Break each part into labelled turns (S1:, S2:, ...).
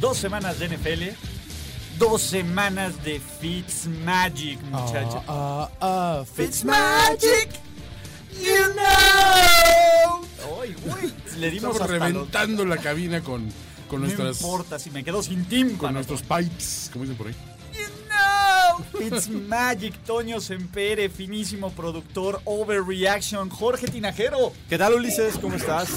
S1: Dos semanas de NFL, dos semanas de Fitzmagic, muchachos.
S2: Ah, ah,
S1: Fitzmagic, you know. Ay, güey, le dimos
S2: Estamos
S1: hasta los-
S2: reventando la cabina con, con nuestras.
S1: No
S2: Con
S1: importa si me quedo sin tímpano.
S2: nuestros pipes, como dicen por ahí.
S1: You know. Fitzmagic, Toño Sempere, finísimo productor, Overreaction, Jorge Tinajero.
S3: ¿Qué tal Ulises? ¿Cómo estás?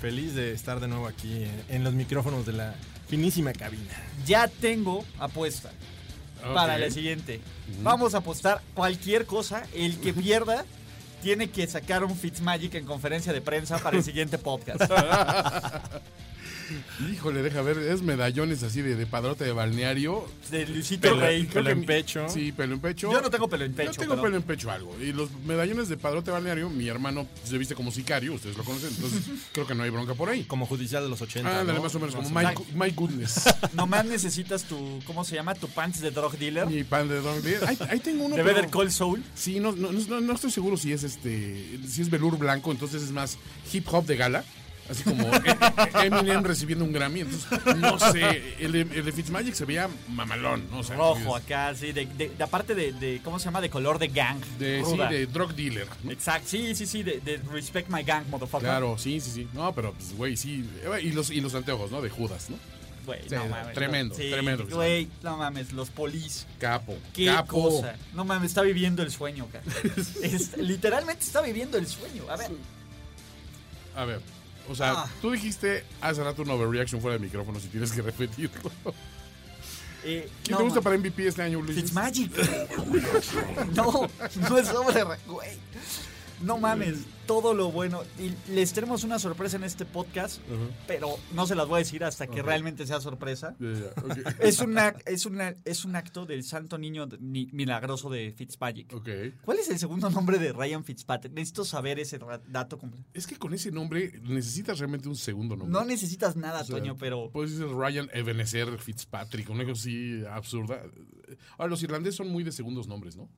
S3: Feliz de estar de nuevo aquí en, en los micrófonos de la finísima cabina.
S1: Ya tengo apuesta para la siguiente. Vamos a apostar cualquier cosa. El que pierda tiene que sacar un Fitzmagic en conferencia de prensa para el siguiente podcast.
S2: Híjole, deja ver, es medallones así de, de padrote de balneario.
S1: De Luisito Rey.
S2: Creo que
S3: en
S2: mi-
S3: pecho.
S2: Sí, pelo en pecho.
S1: Yo no tengo pelo en pecho.
S2: Yo tengo
S1: pero-
S2: pelo en pecho algo. Y los medallones de padrote balneario, mi hermano se viste como sicario, ustedes lo conocen, entonces creo que no hay bronca por ahí.
S3: Como judicial de los 80.
S2: Ah,
S3: ¿no?
S2: más o menos, como
S1: menos.
S2: my, Gu- my goodness.
S1: Nomás necesitas tu, ¿cómo se llama? Tu pants de drug dealer.
S2: Mi pan de Don Lee. Ahí, ahí tengo uno.
S1: de
S2: pero-
S1: Better Call Soul.
S2: Sí, no, no, no, no estoy seguro si es este, si es velour blanco, entonces es más hip hop de gala, así como eh, eh, Eminem recibiendo un Grammy, entonces no sé, el, de- el de Fitzmagic se veía mamalón, ¿no? O sea,
S1: Rojo acá, así. De, de- de- aparte de, de- ¿cómo se llama? De color de gang.
S2: de, sí,
S1: ruda.
S2: de drug dealer, ¿no?
S1: Exacto. Sí, sí, sí. De, de Respect My Gang, motherfucker.
S2: Claro, sí, sí, sí. No, pero pues güey, sí, Eh, y los y los anteojos, ¿no? De Judas, ¿no?
S1: Güey,
S2: Sí,
S1: no mames.
S2: tremendo,
S1: Sí,
S2: tremendo.
S1: Güey, no mames. Los polis.
S2: Capo,
S1: Qué
S2: capo.
S1: cosa. No mames, está viviendo el sueño, cara. Es- literalmente está viviendo el sueño. A ver.
S2: A ver. O sea,
S1: Ah.
S2: tú dijiste hace rato una overreaction fuera de micrófono, si tienes que repetirlo.
S1: eh,
S2: ¿Quién
S1: no
S2: te gusta
S1: mames.
S2: para MVP este año, Luis?
S1: Fitzmagic. No, no es sobre, güey. No mames, todo lo bueno. Y les tenemos una sorpresa en este podcast, pero no se las voy a decir hasta que realmente sea sorpresa.
S2: Ya, ya, ok.
S1: Es, una, es, una, es un acto del santo niño de- ni- milagroso de Fitzmagic.
S2: Ok.
S1: ¿Cuál es el segundo nombre de Ryan Fitzpatrick? Necesito saber ese ra- dato completo.
S2: Es que con ese nombre necesitas realmente un segundo nombre.
S1: No necesitas nada,
S2: O sea,
S1: Toño, pero
S2: Puedes decir Ryan Ebenezer Fitzpatrick, una cosa así absurda. Ahora, los irlandeses son muy de segundos nombres, ¿no?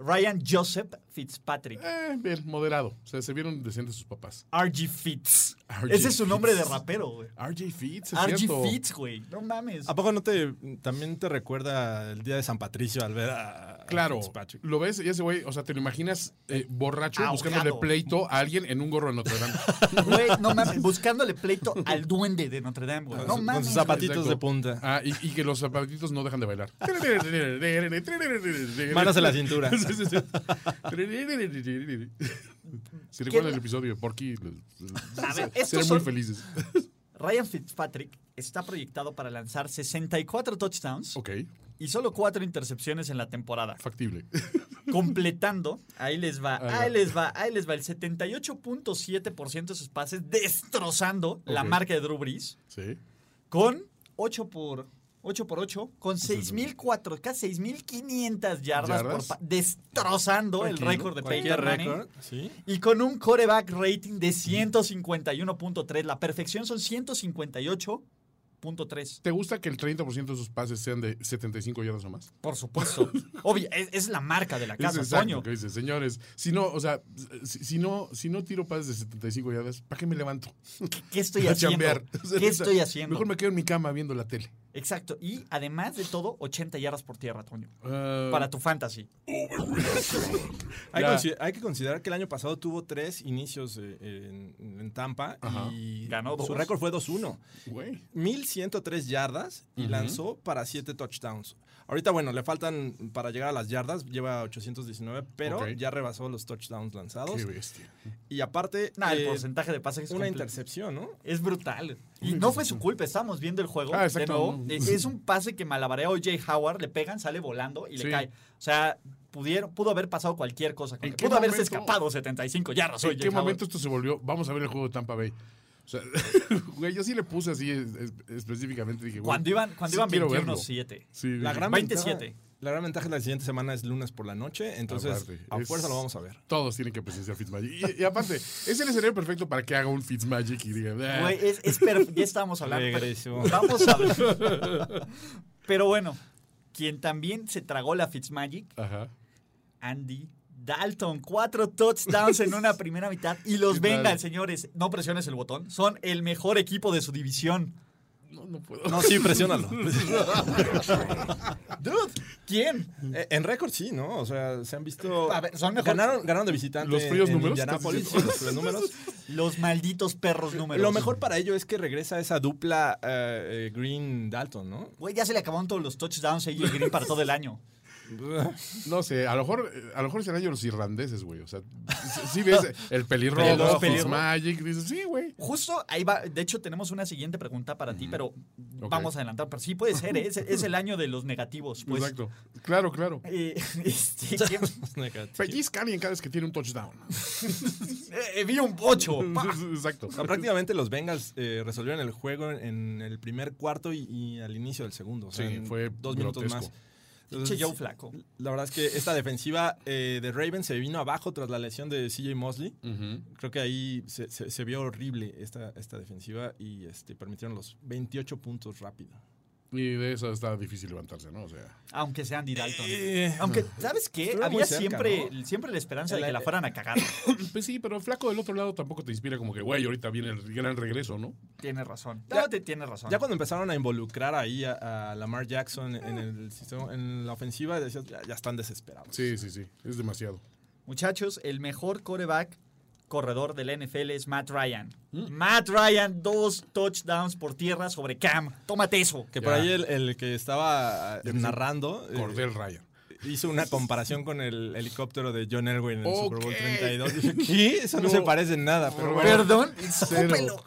S1: Ryan Joseph Fitzpatrick.
S2: Eh, bien, moderado. O sea, se vieron decentes sus papás.
S1: RG Fitz.
S2: RG
S1: Ese es su nombre de
S2: Fitz.
S1: rapero, güey.
S2: RJ Fitz, es cierto.
S1: RG Fitz, güey. No mames.
S3: ¿A poco no te también te recuerda el día de San Patricio al ver a, a
S2: Claro,
S3: Fitzpatrick?
S2: lo ves y ese güey, o sea, te lo imaginas eh, borracho
S1: Ahogado.
S2: buscándole pleito a alguien en un gorro de Notre Dame.
S1: Güey, no mames, buscándole pleito al duende de Notre Dame, güey. No
S3: Con- con
S1: mames.
S3: sus
S1: güey.
S3: zapatitos
S2: Exacto.
S3: de punta.
S2: Ah, y, y que los zapatitos no dejan de bailar.
S3: Manos en la cintura.
S2: Sí, sí, sí. Si recuerdan el episodio de Porky,
S1: A ver,
S2: serán muy
S1: estos son-
S2: felices.
S1: Ryan Fitzpatrick está proyectado para lanzar 64 touchdowns
S2: Ok,
S1: y solo 4 intercepciones en la temporada.
S2: factible.
S1: Completando, ahí les va,
S2: Ah,
S1: ahí
S2: ya.
S1: les va, ahí les va, el 78.7% de sus pases destrozando la
S2: Ok.
S1: marca de Drew Brees.
S2: Sí.
S1: con 8 por 8 por 8 con 6004 casi 6500 yardas,
S2: ¿Yardas?
S1: por pa- destrozando el
S2: Tranquilo,
S1: récord de
S3: Cualquier
S1: Peyton Manning
S3: récord, ¿sí?
S1: y con un coreback rating de 151.3 la perfección son 158.3
S2: ¿Te gusta que el 30% de sus pases sean de 75 yardas o más?
S1: por supuesto obvio es, es la marca de la casa
S2: exacto
S1: Toño
S2: que dice, señores, si no, o sea, si, si no, si no tiro pases de 75 yardas, ¿para qué me levanto?
S1: ¿Qué, qué estoy
S2: A
S1: haciendo
S2: chambear. O sea,
S1: qué
S2: o sea,
S1: estoy haciendo
S2: Mejor me quedo en mi cama viendo la tele.
S1: exacto y además de todo 80 yardas por tierra Toño
S2: Ah,
S1: para tu fantasy
S3: Hay,
S2: Ya.
S3: consi- hay que considerar que el año pasado tuvo tres inicios eh, en, en Tampa
S2: Ajá.
S3: y
S1: Ganó dos.
S3: su récord fue 2-1.
S2: güey.
S3: 1103 yardas y lanzó para 7 touchdowns. Ahorita, bueno, le faltan para llegar a las yardas, lleva 819, pero
S2: Ok.
S3: ya rebasó los touchdowns lanzados.
S2: Qué bestia.
S3: Y aparte,
S1: Nah, el
S3: eh,
S1: porcentaje de pases
S3: una
S1: comple-
S3: intercepción, ¿no?
S1: Es brutal. Y no fue su culpa, estábamos viendo el juego.
S2: pues Ah,
S1: de
S2: exacto,
S1: nuevo.
S2: no.
S1: Eh, Es un pase que malabarea OJ Howard, le pegan, sale volando y
S2: Sí.
S1: le cae. O sea, pudieron, pudo haber pasado cualquier cosa. con
S2: ¿En
S1: él.
S2: qué
S1: Pudo haberse
S2: momento?
S1: escapado 75 yardas.
S2: ¿En
S1: O.J.
S2: qué
S1: Howard.
S2: momento esto se volvió? Vamos a ver el juego de Tampa Bay. O sea, güey, yo sí le puse así es- es- específicamente. Dije, güey,
S1: Cuando iban, cuando
S2: sí
S1: iban
S2: quiero verlo.
S1: 21-7.
S2: Sí,
S3: La
S2: dije,
S3: gran
S1: 27.
S3: ventaja- La gran ventaja es la siguiente semana es lunes por la noche, entonces
S2: Aparte,
S3: a
S2: es-
S3: fuerza lo vamos a ver.
S2: Todos tienen que presenciar Fitzmagic. Y, y aparte, es el escenario perfecto para que haga un Fitzmagic y diga, "Ah".
S1: Güey, es, es perf- Ya estábamos hablando. pero-
S3: Regreso.
S1: Vamos a ver. Pero bueno, quien también se tragó la Fitzmagic,
S2: Ajá.
S1: Andy Dalton. Cuatro touchdowns en una primera mitad. Y los
S2: ¿Qué tal?
S1: vengan, señores. No presiones el botón. Son el mejor equipo de su división.
S2: No, no puedo.
S3: No, sí, presiónalo.
S1: Dude, ¿quién?
S3: Eh, en récord sí, ¿no? O sea, se han visto.
S1: A ver, son mejores.
S3: ganaron, ganaron de visitante.
S2: ¿Los fríos
S3: en
S2: números?
S3: Indianápolis,
S2: ¿Estás
S3: sí, los fríos números.
S1: Los malditos perros números.
S3: Lo mejor para ello es que regresa esa dupla eh, eh, Green Dalton, ¿no?
S1: Güey, ya se le acabaron todos los touchdowns a AJ Green para todo el año.
S2: No sé, a lo mejor, a lo mejor serán ellos los irlandeses, güey. O sea, si si ves el pelirrojo,
S3: Pelirrojo.
S2: Fitzmagic, dices, sí, güey.
S1: Justo ahí va. De hecho, tenemos una siguiente pregunta para ti, pero vamos a adelantar. Pero sí puede ser, ¿eh? es, es el año de los negativos. Pues,
S2: Exacto. Claro, claro.
S1: Eh, este, ¿quién?
S2: Pellizca a alguien cada vez que tiene un touchdown.
S1: Eh, vi un pocho. pa.
S2: Exacto.
S3: O sea, prácticamente los Bengals eh, resolvieron el juego en, en el primer cuarto y, y al inicio del segundo. O sea,
S2: Sí,
S3: en
S2: fue
S3: dos minutos
S2: grotesco.
S3: más.
S1: Pinche
S3: Entonces,
S1: Joe Flaco.
S3: la verdad es que esta defensiva eh, de Ravens se vino abajo tras la lesión de CJ Mosley.
S2: Ujú.
S3: Creo que ahí se, se- se vio horrible esta, esta defensiva y este, permitieron los 28 puntos rápido.
S2: Y de eso está difícil levantarse, ¿no? O sea,
S1: Aunque sea Andy Dalton.
S3: Eh.
S1: Aunque, ¿sabes qué?
S3: Estuvo muy
S1: Había
S3: cerca,
S1: siempre,
S3: ¿no?
S1: siempre la esperanza de
S3: El-
S1: que la fueran a cagar.
S2: pues sí, pero flaco del otro lado tampoco te inspira como que, güey, ahorita viene el gran regreso, ¿no?
S1: tienes razón.
S3: Ya-
S1: No, te- tienes
S2: Ah.
S1: razón.
S3: Ya cuando empezaron a involucrar ahí a, a Lamar Jackson en, el sistema, en la ofensiva, decías, ya, ya están desesperados.
S2: Sí, sí, sí. Es demasiado.
S1: Muchachos, el mejor coreback corredor de la NFL es Matt Ryan.
S3: Mm.
S1: Matt Ryan, dos touchdowns por tierra sobre Cam. Tómate eso.
S3: Que
S2: Ya.
S3: por ahí el, el que estaba
S2: Ya
S3: eh,
S2: me
S3: narrando eh,
S2: Cordel Ryan.
S3: hizo una comparación con el helicóptero de John Elway en el Super Bowl
S2: Ok.
S3: 32. Dije, ¿qué? Eso no,
S2: No.
S3: se parece en nada, pero bueno.
S1: Perdón,
S2: Cero.
S1: escúpelo.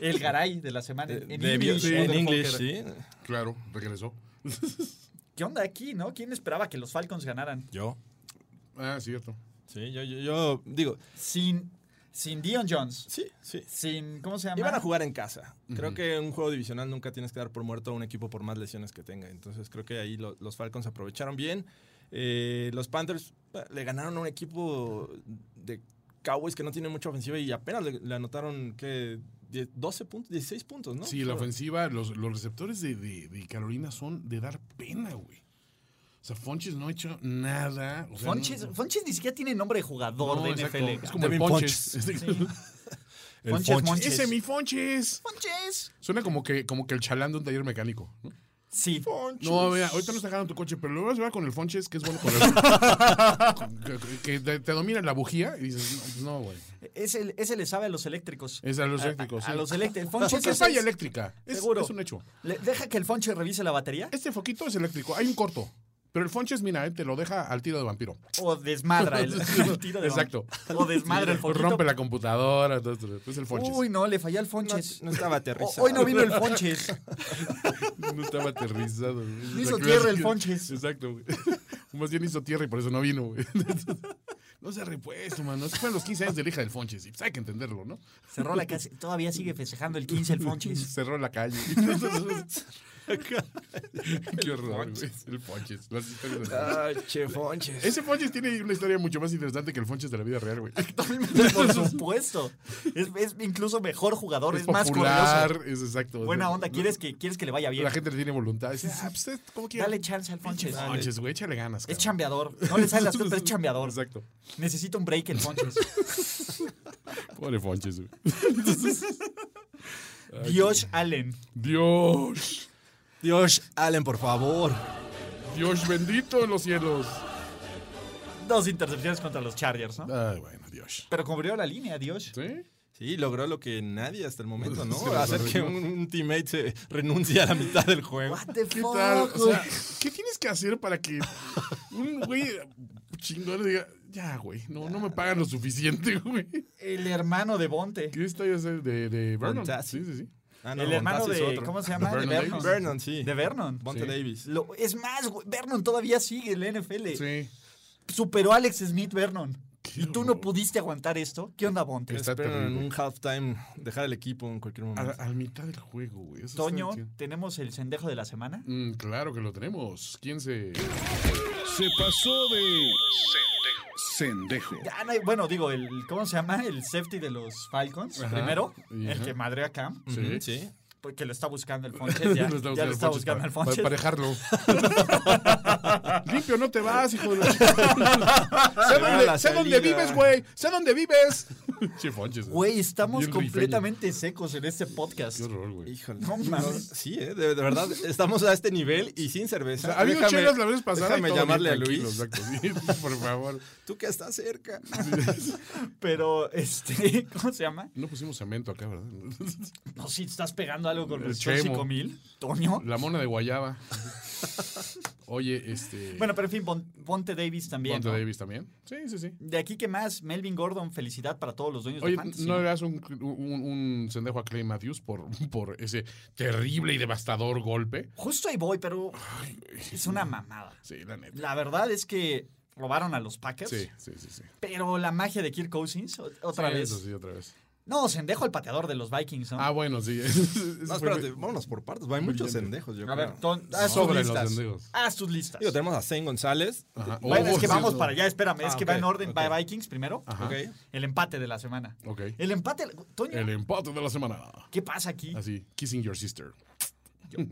S1: El garay de la semana.
S3: Eh,
S1: En
S3: de-
S1: English,
S3: sí, en
S1: motherfucker.
S3: English, sí.
S2: Claro, regresó.
S1: ¿Qué onda aquí, no? ¿Quién esperaba que los Falcons ganaran?
S3: Yo.
S2: Ah, cierto.
S3: Sí, yo, yo, yo digo,
S1: Sin, sin Dion Jones.
S3: sí, sí.
S1: Sin, ¿cómo se llama?
S3: Iban a jugar en casa. Creo que en un juego divisional nunca tienes que dar por muerto a un equipo por más lesiones que tenga. Entonces creo que ahí lo- los Falcons aprovecharon bien. Eh, los Panthers eh, le ganaron a un equipo de Cowboys que no tiene mucha ofensiva y apenas le, le anotaron que 12 puntos, 16 puntos, ¿no?
S2: Sí, la ofensiva, los, los receptores de, de- de Carolina son de dar pena, güey. O sea, Fonches no ha hecho nada. O sea,
S1: Fonches,
S2: no-
S1: Fonches ni siquiera tiene nombre de jugador
S2: no,
S1: de
S2: exacto.
S1: NFL.
S2: Es como el
S3: Devin
S2: Fonches.
S3: El
S1: Fonches,
S3: Fonch.
S1: Monches.
S2: Ese mi Fonches.
S1: Fonches.
S2: Suena como que, como que el chalán de un taller mecánico. ¿no?
S1: Sí.
S2: No, mira, ahorita no sacaron tu coche, pero luego vas a llevar con el Fonches, que es bueno con el- que, que te, te domina la bujía y dices, no, pues no, güey.
S1: Ese, ese le sabe a los eléctricos.
S2: Es a los eléctricos.
S1: A,
S2: sí.
S1: los eléctricos.
S2: Porque es falla eléctrica. Es,
S1: Seguro.
S2: es un hecho.
S1: Le- deja que el Fonche revise la batería
S2: Este foquito es eléctrico. Hay un corto. Pero el Fonches, mira, eh, te lo deja al tiro de vampiro.
S1: o desmadra el, el tiro de
S2: Exacto.
S1: O desmadra el Fonche.
S2: Rompe la computadora. todo esto. Es el Fonches.
S1: Uy, no, le falló al
S3: No,
S1: Fonches.
S3: no estaba
S1: O-
S3: aterrizado.
S1: hoy no vino el Fonches.
S2: No estaba aterrizado. güey. Esa
S1: hizo
S2: es la
S1: tierra el
S2: clásica.
S1: Fonches.
S2: Exacto, güey. Más bien hizo tierra y por eso no vino, güey. No se ha repuesto, mano. Fue a los 15 años de la hija del Fonches. Y pues hay que entenderlo, ¿no?
S1: Cerró la casa. Todavía sigue festejando el 15 el Fonches.
S2: Cerró la calle. Qué horror, güey. El Fonches. Las historias de-
S3: Ay, che, Fonches.
S2: Ese Fonches tiene una historia mucho más interesante que el Fonches de la vida real, güey.
S1: Por supuesto. Es, es incluso mejor jugador, es, más curioso.
S2: popular, es exacto.
S1: Buena onda, quieres que, quieres que le vaya bien.
S2: La gente le tiene voluntad. Dice, ah, pues usted, ¿cómo quiere?
S1: Dale chance al Fonches.
S2: Fonches, güey, échale ganas.
S1: Es
S2: cabrón.
S1: chambeador. No le sale las cosas, pero es chambeador.
S2: Exacto.
S1: Necesita un break el Fonches.
S2: Pobre Fonches, güey.
S1: Josh Allen.
S2: Dios.
S3: Dios, Allen, por favor.
S2: Dios bendito en los cielos.
S1: Dos intercepciones contra los Chargers, ¿no?
S2: Ay, bueno, Dios.
S1: Pero cubrió la línea, Dios.
S2: ¿Sí?
S3: Sí, logró lo que nadie hasta el momento, ¿no?
S2: Se las
S3: Hacer que un,
S2: arregló.
S3: un teammate se renuncie a la mitad del juego.
S1: What the
S2: ¿Qué
S1: fuck,
S2: tal? O
S1: güey?
S2: sea, ¿qué tienes que hacer para que un güey chingón le diga, ya, güey, no, no me pagan lo suficiente, güey?
S1: El hermano de Bonte.
S2: ¿Qué estoy haciendo de, de Vernon?
S3: Fantastic.
S2: Sí, sí, sí.
S3: Ah,
S1: el hermano
S3: Montas es
S1: de.
S3: otro.
S1: ¿Cómo se llama? De
S2: Vernon
S1: Vernon.
S3: Vernon, sí.
S1: De Vernon.
S3: Bonte
S2: Sí.
S3: Davis.
S1: Lo- es más, güey, Vernon todavía sigue en la NFL.
S2: Sí.
S1: Superó a Alex Smith Vernon. ¿Y tú no pudiste aguantar esto? ¿Qué onda, Bonte?
S2: Está
S3: Espero en
S2: terrible.
S3: un halftime dejar el equipo en cualquier
S2: A,
S3: momento.
S2: la- a la mitad del juego, güey. Eso
S1: Toño,
S2: está-
S1: ¿tenemos el sendejo de la semana?
S2: Mm, claro que lo tenemos. ¿Quién se...?
S4: Se pasó de. Sendejo.
S1: Ya no hay- bueno, digo, el, ¿cómo se llama? El safety de los Falcons,
S2: Ajá.
S1: primero, el
S2: Ajá.
S1: que madrea a Cam,
S3: Ujú,
S2: Sí.
S3: sí.
S1: porque pues, lo está buscando el Fonches, ya,
S2: estamos
S1: ya lo está
S2: Alfonso
S1: buscando el
S2: para-
S1: Fonches.
S2: Para, para dejarlo. Limpio, no te vas, hijo de... la- sé
S3: va
S2: dónde,
S3: la
S2: sé dónde
S3: salida.
S2: vives, güey. Sé dónde vives. che, Fonches.
S1: Güey, estamos
S2: Bien rifeño.
S1: completamente secos en este podcast.
S2: Qué horror, güey.
S3: Híjole.
S1: No mames.
S3: Sí, eh, de, de verdad, estamos a este nivel y sin cerveza.
S2: O sea, ha habido
S3: Déjame-
S2: chelas la vez pasada. y
S3: Déjame
S2: todo bien
S3: llamarle a
S2: tranquilo,
S3: Luis.
S2: exacto. Sí, por favor.
S3: Tú que estás cerca.
S1: Pero, este, ¿cómo se llama?
S2: No pusimos cemento acá, ¿verdad?
S1: No, si estás pegando algo con
S2: El
S1: los
S2: Chemo.
S1: 5000, Toño.
S2: La mona de Guayaba. Oye, este.
S1: Bueno, pero en fin, Bon- Bonte Davis también.
S2: Monte
S1: ¿no?
S2: Davis también. Sí, sí, sí.
S1: De aquí que más, Melvin Gordon, felicidad para todos los dueños
S2: Oye,
S1: de Fantasy.
S2: ¿no le das un, un, un sendejo a Clay Matthews por, por ese terrible y devastador golpe?
S1: Justo ahí voy, pero es una mamada.
S2: Sí, la neta.
S1: La verdad es que robaron a los Packers,
S2: Sí, sí, sí. sí.
S1: pero la magia de Kirk Cousins, o- otra
S2: Sí,
S1: vez.
S2: Eso sí, otra vez.
S1: No, Sendejo el pateador de los Vikings, ¿no?
S2: Ah, bueno, sí.
S3: No, espérate, vámonos por partes. Hay muchos sendejos, yo
S1: a
S3: creo.
S1: ver, ton- haz tus
S2: Sobre los
S1: listas.
S2: sendejos.
S1: haz tus listas.
S3: Digo, tenemos a Zane González.
S2: Ajá.
S1: Bueno,
S2: Oh,
S1: es que
S2: sí,
S1: vamos
S2: eso.
S1: para allá, espérame,
S3: Ah,
S1: es que va
S3: ok,
S1: en orden,
S3: ok.
S1: va Vikings primero.
S2: Ajá.
S3: Ok.
S1: El empate de la semana.
S2: Ok.
S1: El empate, Toño,
S2: El empate de la semana.
S1: ¿qué pasa aquí?
S2: Así, Kissing Your Sister.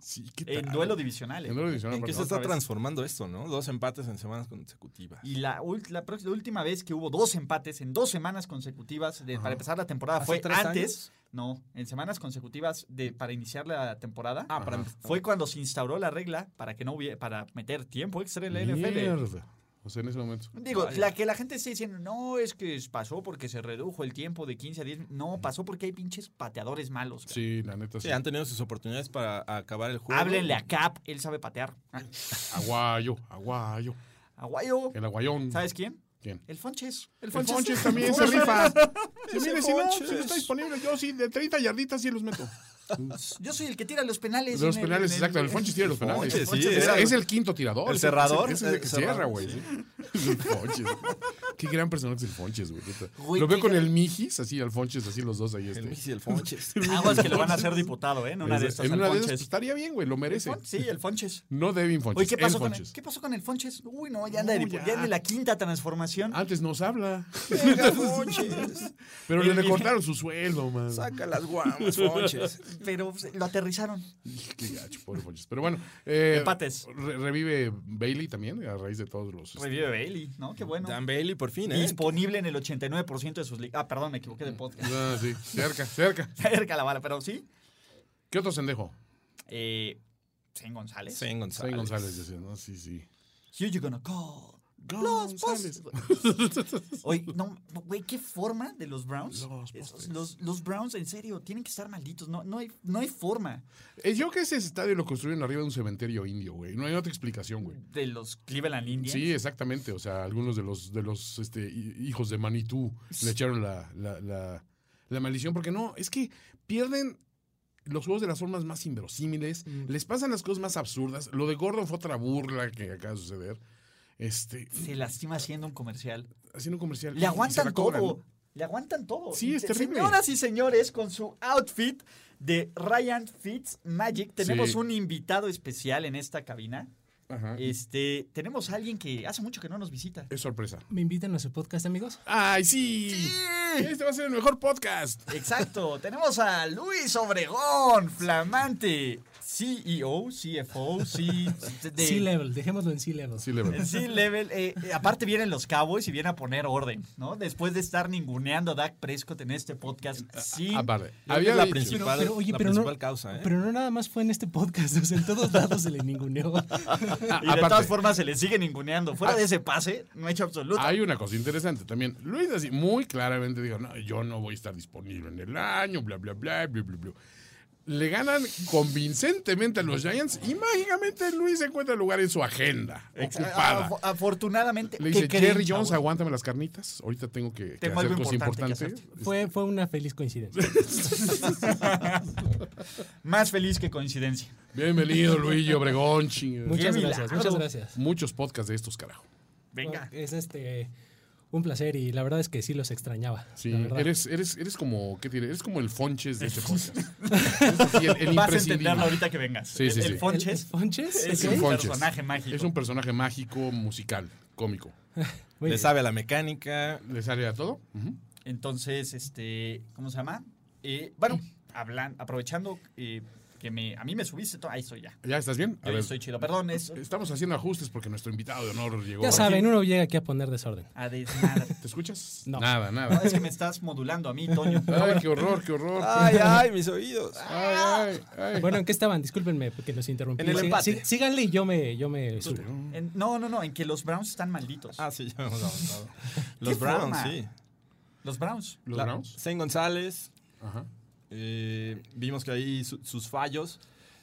S2: Sí, ¿qué
S1: En
S2: tal?
S1: duelo divisional. eh.
S2: En duelo divisional,
S3: ¿En qué se
S2: perdón.
S3: está
S1: vez.
S3: transformando esto, no? Dos empates en semanas consecutivas.
S1: Y la, ult- la prox- la última vez que hubo dos empates en dos semanas consecutivas de- para empezar la temporada
S3: ¿Hace
S1: fue
S3: Ah, tres
S1: antes.
S3: años?
S1: No, en semanas consecutivas de, para iniciar la temporada.
S3: Ah, para
S1: Fue cuando se instauró la regla para que no hubiera, para meter tiempo extra en la NFL.
S2: Mierda. O sea, en ese momento.
S1: Digo, la que la gente está diciendo, no, es que pasó porque se redujo el tiempo de 15 a 10. No, pasó porque hay pinches pateadores malos. cara.
S2: Sí, la neta, sí.
S3: Sí, han tenido sus oportunidades para acabar el juego.
S1: Háblenle a Cap, él sabe patear. Ah,
S2: Aguayo, aguayo.
S1: Aguayo,
S2: El aguayón.
S1: ¿sabes quién?
S2: quién?
S1: El Fonches.
S2: El Fonches también se rifa. Sí, mire, si no, si no está disponible, yo sí, de 30 yarditas sí los meto.
S1: Yo soy el que tira los penales.
S2: Los
S1: en el-
S2: penales,
S1: en
S2: exacto. El Fonches tiene los penales.
S3: Fonches, sí,
S2: es,
S3: era-
S2: es el quinto tirador.
S3: el
S2: es
S3: cerrador,
S2: Ese es el que
S3: el
S2: cierra,
S3: cerrador,
S2: güey. sí. El Fonches. Qué gran personaje es el Fonches, güey. neta.
S1: Güey,
S2: Lo veo
S1: qué
S2: con
S1: gran-
S2: el Mijis, así, al Fonches, así los dos ahí.
S3: El
S2: Este.
S3: Missy, el Fonches.
S1: Aguas que lo van a hacer diputado, ¿eh? En una de
S2: Es-
S1: estas.
S2: en
S1: al
S2: una de esas,
S1: Fonches.
S2: pues, estaría bien, güey, lo merece.
S1: Fon- Sí, el Fonches.
S2: No Devin Fonches.
S1: Oye, ¿qué pasó,
S2: el
S1: con el,
S2: Fonches.
S1: ¿qué pasó con el Fonches? Uy, no, ya anda de
S2: No, ya. Ah.
S1: diputado. Ya anda de la quinta transformación.
S2: Antes nos habla.
S3: Venga, Fonches.
S2: Pero le
S1: El-
S2: recortaron su sueldo, man.
S3: Saca las guamas, Fonches.
S1: Pero pues, lo aterrizaron.
S2: Qué gacho, pobre Fonches. Pero bueno. eh,
S1: Empates.
S2: re- revive Bailey también, a raíz de todos los. este,
S1: Revive Bailey, ¿no? Qué bueno.
S3: Dan Bailey, por fin, ¿eh?
S1: Disponible en el 89% de sus ligas. Ah, perdón, me equivoqué de podcast.
S2: Ah, sí, cerca, cerca.
S1: Cerca la bala, pero sí.
S2: ¿Qué otro sendejo?
S1: Eh, Zen González.
S3: Zane González.
S2: Zay González decía, ¿no? Sí, sí.
S1: Who you gonna call?
S2: González.
S1: postres. Oye, no, güey, qué forma de los Browns.
S2: Los
S1: Esos-
S2: postres.
S1: los, los Browns, en serio, tienen que estar malditos. No, no, hay, no hay forma
S2: Eh, yo creo que ese estadio lo construyeron arriba de un cementerio indio, güey. No hay otra explicación, güey.
S1: de los Cleveland Indians.
S2: Sí, exactamente. O sea, algunos de los, de los este, hi- hijos de Manitú le echaron la, la, la- la maldición. Porque no, es que pierden los juegos de las formas más inverosímiles,
S1: Mm.
S2: les pasan las cosas más absurdas. Lo de Gordon fue otra burla que acaba de suceder. Este,
S1: Se lastima haciendo un comercial.
S2: haciendo un comercial. y- y
S1: Le
S2: se
S1: aguantan
S2: la cobran.
S1: todo. Le aguantan todo.
S2: Sí, es
S1: Se-
S2: terrible.
S1: Señoras y señores, con su outfit de Ryan Fitz Magic, tenemos
S2: Sí.
S1: un invitado especial en esta cabina.
S2: Ajá.
S1: Este, tenemos a alguien que hace mucho que no nos visita.
S2: Es sorpresa.
S5: ¿Me invitan a su podcast, amigos?
S2: ¡Ay, sí! Este va a ser el mejor podcast.
S1: Exacto, tenemos a Luis Obregón, flamante CEO, CFO, C, de-
S5: C-Level, dejémoslo en C-Level.
S2: Sí, le verdad.
S1: C-Level. eh, eh, aparte vienen los Cowboys y vienen a poner orden, ¿no? Después de estar ninguneando a Dak Prescott en este podcast sin
S2: Ah, vale.
S3: Había
S2: Había
S3: la
S2: dicho-
S5: Pero,
S3: principal,
S5: pero, oye,
S3: la
S5: pero
S3: principal
S5: no,
S3: causa, ¿eh?
S5: pero no nada más fue en este podcast, o sea, en todos lados se le ninguneó.
S2: Ah,
S1: Y de
S2: aparte, Ah.
S1: todas formas se le sigue ninguneando. Fuera de ese pase, no he hecho absoluto.
S2: hay una cosa interesante también. Luis así muy claramente dijo, no, yo no voy a estar disponible en el año, bla, bla, bla, bla, bla, bla. Le ganan convincentemente a los Giants y mágicamente Luis encuentra lugar en su agenda, ocupada.
S1: Af- afortunadamente,
S2: Le
S1: ah, ¿qué
S2: dice,
S1: creen,
S2: Jerry Jones,
S1: chavos?
S2: aguántame las carnitas. Ahorita tengo que, que
S1: Tengo
S2: hacer
S1: algo
S2: cosas
S1: importante que
S2: importantes.
S5: fue, fue una feliz coincidencia.
S1: Más feliz que coincidencia.
S2: Bienvenido, Luis Obregón. chingue.
S5: Muchas
S1: Qué
S5: gracias,
S1: milagro.
S5: muchas gracias.
S2: Muchos podcasts de estos, carajo.
S1: Venga.
S5: Es este Un placer y la verdad es que sí los extrañaba.
S2: Sí,
S5: la verdad.
S2: eres, eres, eres como, ¿qué te diré? Eres como el Fonches de este podcast. Eres así, el, el
S1: Vas a
S2: imprescindible.
S1: entenderlo ahorita que vengas.
S2: Sí,
S1: El-
S2: sí,
S1: el,
S2: sí.
S5: ¿El-
S1: Fonches
S5: el Fonches?
S1: es
S5: Ok.
S1: un
S2: Fonches.
S1: personaje mágico.
S2: Es un personaje mágico, musical, cómico.
S3: Le
S5: Muy bien.
S3: sabe a la mecánica.
S2: ¿Le sale a todo? Ujú.
S1: Entonces, este, ¿cómo se llama? Eh, bueno, hablan, aprovechando eh, que me, a mí me subiste todo. Ahí estoy ya.
S2: ¿Ya estás bien? A
S1: Yo
S2: ver,
S1: estoy chido. Perdón, es
S2: estamos haciendo ajustes porque nuestro invitado de honor llegó.
S5: Ya
S2: ahora.
S5: saben, uno llega aquí a poner desorden.
S1: a desmadre.
S2: ¿Te escuchas?
S5: No.
S2: Nada,
S1: No,
S2: nada.
S1: es que me estás modulando a mí, Toño.
S2: Ay, qué horror, qué horror.
S3: Ay, ay, mis oídos.
S2: Ay, ay, ay.
S5: Bueno, ¿en qué estaban? Discúlpenme porque los interrumpí.
S3: En el
S5: Siga-
S3: empate.
S5: siga- síganle y yo me, yo me subo.
S1: En- no, no, no, en que los Browns están malditos.
S3: Ah, sí, ya hemos avanzado. Los
S1: ¿Qué
S3: Browns,
S1: forma?
S3: sí.
S1: Los Browns.
S2: ¿Los
S3: La-
S2: Browns?
S3: Zane González.
S2: Ajá.
S3: eh, vimos que ahí su- sus fallos.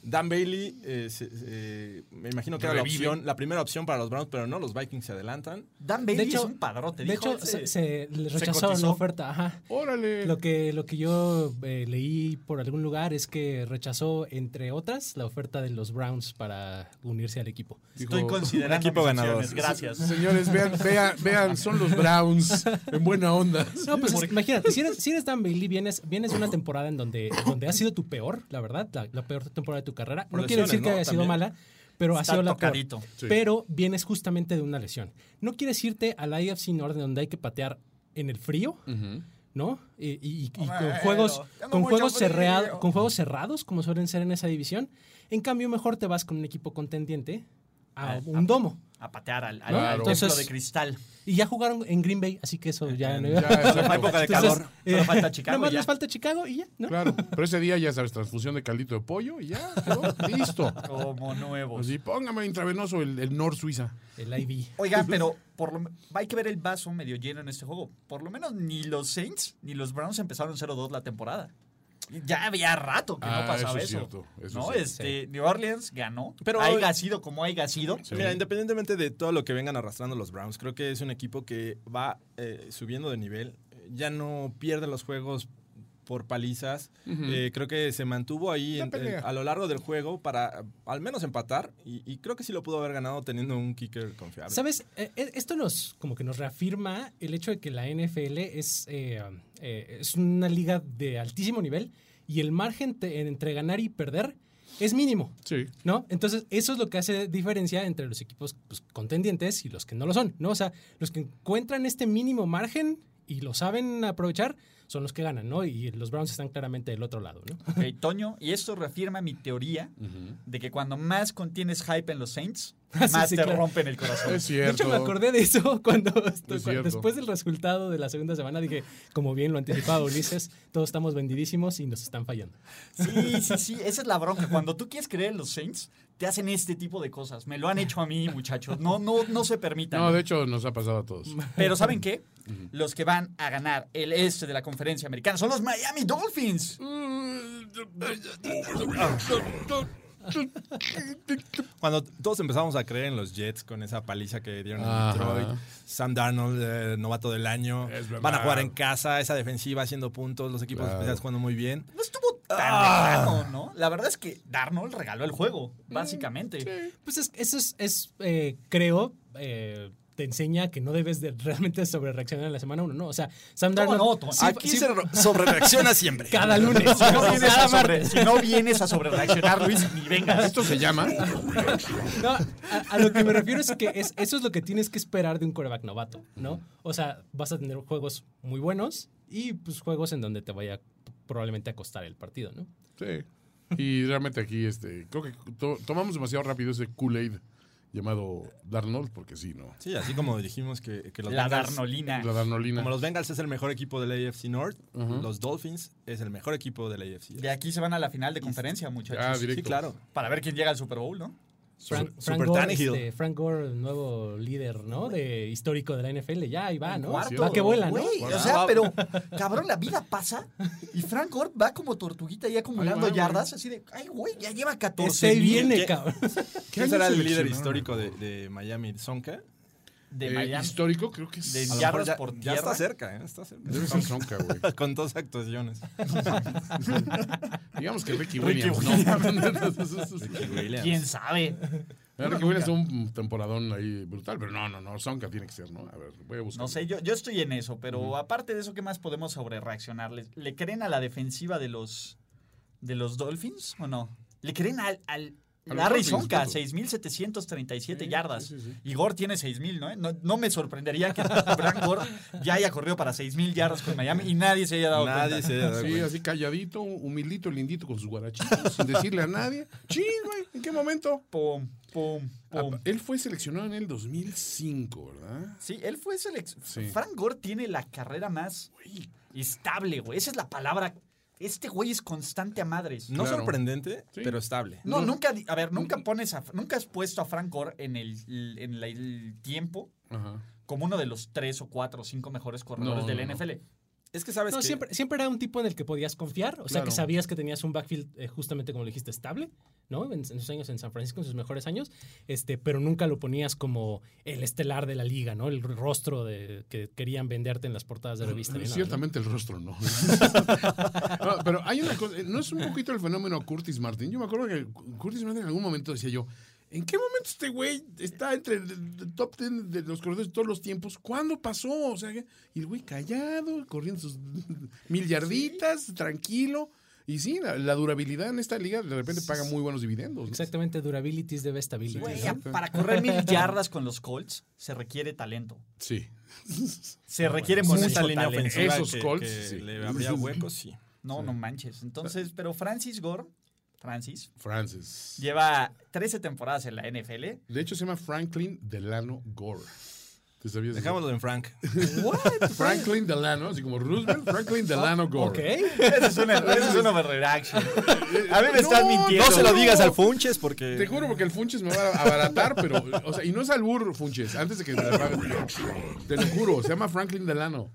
S3: Dan Bailey, eh, se- eh, me imagino que era la
S2: Revive.
S3: opción, la primera opción para los Browns, pero no, los Vikings se adelantan.
S1: Dan Bailey
S5: De
S1: es
S5: hecho-
S1: un padrote.
S5: De
S1: dijo
S5: hecho,
S1: ese-
S5: se, se le
S1: se
S5: rechazó
S1: cotizó.
S5: la oferta. Ajá.
S2: Órale.
S5: Lo que, lo que yo eh, leí por algún lugar es que rechazó, entre otras, la oferta de los Browns para unirse al equipo.
S2: Dijo,
S1: estoy considerando
S3: equipo
S1: mis
S3: ganador.
S1: opciones, Gracias.
S2: Señores, vean, vean, vean, son los Browns en buena onda.
S5: No, pues es- imagínate, si eres, si eres Dan Bailey, vienes, vienes de una temporada en donde, donde ha sido tu peor, la verdad, la, la peor temporada de tu carrera.
S3: Por
S5: no quiere decir
S3: lesiones,
S5: que
S3: ¿no?
S5: haya sido
S3: También.
S5: mala, pero ha
S1: Está
S5: sido la peor.
S1: tocadito.
S2: Sí.
S5: Pero vienes justamente de una lesión. No quieres irte al IFC Norte donde hay que patear en el frío,
S2: Ujú.
S5: ¿no? Y, y- y con
S1: Bueno,
S5: juegos,
S1: tengo
S5: con
S1: mucho
S5: juegos, cerrea-
S1: frío.
S5: con juegos cerrados, como suelen ser en esa división. En cambio, mejor te vas con un equipo contendiente a
S1: Ah, ah.
S5: un domo.
S1: A patear al, al,
S5: ¿No?
S1: al templo
S5: Entonces-
S1: de cristal.
S5: Y ya jugaron en Green Bay, así que eso ya no
S2: Ya,
S5: iba-
S2: exacto.
S3: Fue época de
S5: Entonces, eh,
S3: calor.
S1: Solo falta
S5: nada
S1: Chicago
S5: más
S1: y ya.
S5: les falta Chicago y ya, ¿no?
S2: Claro, pero ese día ya sabes, transfusión de caldito de pollo y ya, ¿no? listo.
S1: Como
S5: Pues
S1: nuevos.
S2: Así, póngame intravenoso el, el Nor Suiza.
S5: El IV.
S1: Oigan, pero por lo, me- hay que ver el vaso medio lleno en este juego. Por lo menos ni los Saints ni los Browns empezaron 0-2 la temporada. Ya había rato que
S2: Ah,
S1: no pasaba
S2: eso
S1: eso.
S2: es cierto, eso
S1: ¿no?
S2: es
S1: este, New Orleans ganó.
S3: Pero-
S1: Pero haya sido como haya sido.
S2: Sí.
S3: Mira, independientemente de todo lo que vengan arrastrando los Browns, creo que es un equipo que va eh, subiendo de nivel. Eh, Ya no pierde los juegos por palizas. Eh, creo que se mantuvo ahí
S2: La
S3: en- en-
S2: pelea.
S3: a lo largo del juego para eh, al menos empatar. Y, y creo que sí lo pudo haber ganado teniendo un kicker confiable.
S5: ¿Sabes? Eh, eh, esto nos como que nos reafirma el hecho de que la NFL es, eh, eh, es una liga de altísimo nivel y el margen te- entre ganar y perder es mínimo,
S2: Sí.
S5: ¿no? Entonces, eso es lo que hace diferencia entre los equipos pues, contendientes y los que no lo son, ¿no? O sea, los que encuentran este mínimo margen y lo saben aprovechar son los que ganan, ¿no? Y los Browns están claramente del otro lado, ¿no?
S1: Ok, Toño, y esto reafirma mi teoría de que cuando más contienes hype en los Saints,
S5: Ah, sí,
S1: más
S5: sí,
S1: te
S5: claro.
S1: rompen el corazón.
S2: Es cierto.
S5: De hecho, me acordé de eso cuando, cuando-
S2: cierto.
S5: después del resultado de la segunda semana dije, como bien lo anticipaba Ulises, todos estamos vendidísimos y nos están fallando.
S1: Sí, sí, sí, esa es la bronca. Cuando tú quieres creer en los Saints, te hacen este tipo de cosas. Me lo han hecho a mí, muchachos. No, no, no se permitan.
S2: No, de hecho, nos ha pasado a todos.
S1: Pero ¿saben qué? Los que van a ganar el este de la conferencia americana son los Miami Dolphins.
S2: Mm.
S5: Mm,
S3: Cuando todos empezamos a creer en los Jets con esa paliza que dieron
S2: Ajá.
S3: a Detroit, Sam Darnold, eh, novato del año,
S2: Es verdad.
S3: van a jugar en casa, esa defensiva haciendo puntos, los equipos
S2: Claro.
S3: especiales jugando muy bien.
S1: No estuvo tan
S2: Ah.
S1: lejano, ¿no? La verdad es que Darnold regaló el juego,
S2: Mm,
S1: básicamente.
S5: Pues es- eso es, es, eh, creo, eh, te enseña que no debes de realmente sobre reaccionar en la semana 1, ¿no? O sea, Sam
S1: ¿Cómo
S5: Darnold...
S1: no, Toño? Ah,
S5: sí-
S3: Aquí
S5: sí-
S3: se ro- sobrereacciona siempre.
S5: cada lunes,
S1: Si no, vienes a
S5: cada
S1: sobre-
S5: martes.
S1: si no vienes a sobrereaccionar, Luis, ni vengas.
S2: Ah, Esto se llama.
S5: No, a, a lo que me refiero es que es- eso es lo que tienes que esperar de un coreback novato, ¿no? O sea, vas a tener juegos muy buenos y pues juegos en donde te vaya probablemente a costar el partido, ¿no?
S2: Sí. Y realmente aquí, este, creo que to- tomamos demasiado rápido ese Kool-Aid llamado Darnold, porque sí, ¿no?
S3: Sí, así como dijimos que, que los
S1: La
S3: Bengals-
S1: Darnolina.
S2: La Darnolina.
S3: Como los Bengals es el mejor equipo del AFC North, los Dolphins es el mejor equipo del AFC.
S1: De aquí se van a la final de conferencia, muchachos.
S2: Ah, directo.
S3: Sí, claro.
S1: Para ver quién llega al Super Bowl, ¿no?
S5: Frank,
S3: Super-
S5: Frank
S3: Super
S5: Gore,
S3: Tannehill.
S5: este, Frank Gore, el nuevo líder, ¿no? De histórico de la NFL, ya ahí va, ¿no?
S1: Cuarto.
S5: va que vuela, ¿no? Este,
S1: Güey,
S3: Vuela.
S1: O sea, pero, cabrón, la vida pasa y Frank Gore va como tortuguita ya acumulando
S2: Ahí va,
S1: yardas, así de, ay, güey, ya lleva 14
S5: Este
S1: mil.
S5: viene,
S3: ¿Qué?
S5: cabrón.
S3: ¿Quién
S2: año
S3: será el líder
S2: seleccionaron?
S3: histórico de, de Miami? ¿Sonka?
S1: de
S2: eh,
S1: Miami.
S2: histórico, creo que es.
S1: De-
S3: A lo
S1: Yardas
S3: mejor ya,
S1: por
S3: ya
S1: tierra.
S3: está cerca, ¿eh? Está cerca.
S2: Debe ser Sonka, güey.
S3: Con dos actuaciones.
S2: Digamos que Ricky
S1: Ricky
S2: Williams. ¿no?
S1: ¿Quién sabe?
S2: Ah, Ricky Williams es un temporadón ahí brutal, pero no, no, no. Sonka tiene que ser, ¿no? A ver, voy a buscar.
S1: No sé, yo, yo estoy en eso, pero aparte de eso, ¿qué más podemos sobre reaccionar? ¿Le, le creen a la defensiva de los, de los Dolphins o no? ¿Le creen al, al
S2: A los
S1: Larry
S2: Dolphins,
S1: Sonka?
S2: punto.
S1: 6.737
S2: Sí,
S1: yardas.
S2: sí, sí,
S1: Igor tiene 6.000, ¿no? ¿no? No me sorprendería que Frank Gore ya haya corrido para 6.000 yardas con Miami y nadie se haya dado
S3: Nadie
S1: cuenta.
S3: se da
S2: Sí, así calladito, humilito, lindito con sus guarachitos, sin decirle a nadie. Ching, güey, ¿en qué momento?
S1: Pum, pum, pum.
S2: Ah, Él fue seleccionado en el 2005, ¿verdad?
S1: Sí, él fue seleccionado.
S2: Sí.
S1: Frank Gore tiene la carrera más
S2: Güey,
S1: estable, güey. Esa es la palabra. Este güey es constante a madres.
S3: No
S2: Claro.
S3: sorprendente,
S2: Sí.
S3: pero estable.
S1: No, nunca, di- a ver, nunca pones a, nunca has puesto a Frank Gore en el, en la- el tiempo
S2: Ajá.
S1: como uno de los tres o cuatro o cinco mejores corredores
S2: No,
S1: del
S2: no, no.
S1: NFL.
S3: Es que sabes
S5: No,
S3: que
S5: siempre, siempre era un tipo en el que podías confiar, o sea,
S2: Claro.
S5: que sabías que tenías un backfield eh, justamente como lo dijiste, estable, ¿no? En, en sus años en San Francisco, en sus mejores años, este, pero nunca lo ponías como el estelar de la liga, ¿no? El rostro de, que querían venderte en las portadas de revista. ni nada, ¿no?
S2: Mm, Ciertamente el rostro no. No, Pero hay una cosa, ¿no es un poquito el fenómeno Curtis Martin? Yo me acuerdo que Curtis Martin en algún momento decía yo, ¿en qué momento este güey está entre el el top 10 de los corredores de todos los tiempos? ¿Cuándo pasó? O sea, que- y el güey callado, corriendo sus mil yarditas, tranquilo. Y sí, la, la durabilidad en esta liga de repente paga muy buenos dividendos. ¿no?
S5: Exactamente, durabilities de stability.
S1: Güey,
S5: ¿no?
S1: a-
S2: exacto.
S1: para correr mil yardas con los Colts se requiere talento.
S2: Sí.
S1: Se requiere
S3: con
S1: mucho
S3: esa línea
S1: talento.
S3: ofensiva
S2: Esos
S3: que,
S2: Colts,
S3: que
S2: sí.
S3: le habría huecos, sí.
S1: No, no manches. Entonces, pero Francis Gore, Francis,
S2: Francis.
S1: lleva 13 temporadas en la NFL.
S2: De hecho, se llama Franklin Delano Gore. ¿Te sabías? eso?
S3: Dejámoslo en Frank.
S2: Franklin Delano, así como Roosevelt, Franklin Delano Gore.
S5: Ok.
S1: Esa es una, esa es una overreaction. A mí me están
S2: No,
S1: mintiendo.
S2: no se lo digas al
S3: Funches porque...
S2: Te juro porque el Funches me va a abaratar, pero, o sea, y no es al burro Funches, antes de que me la pagues. Te lo juro, se llama Franklin Delano.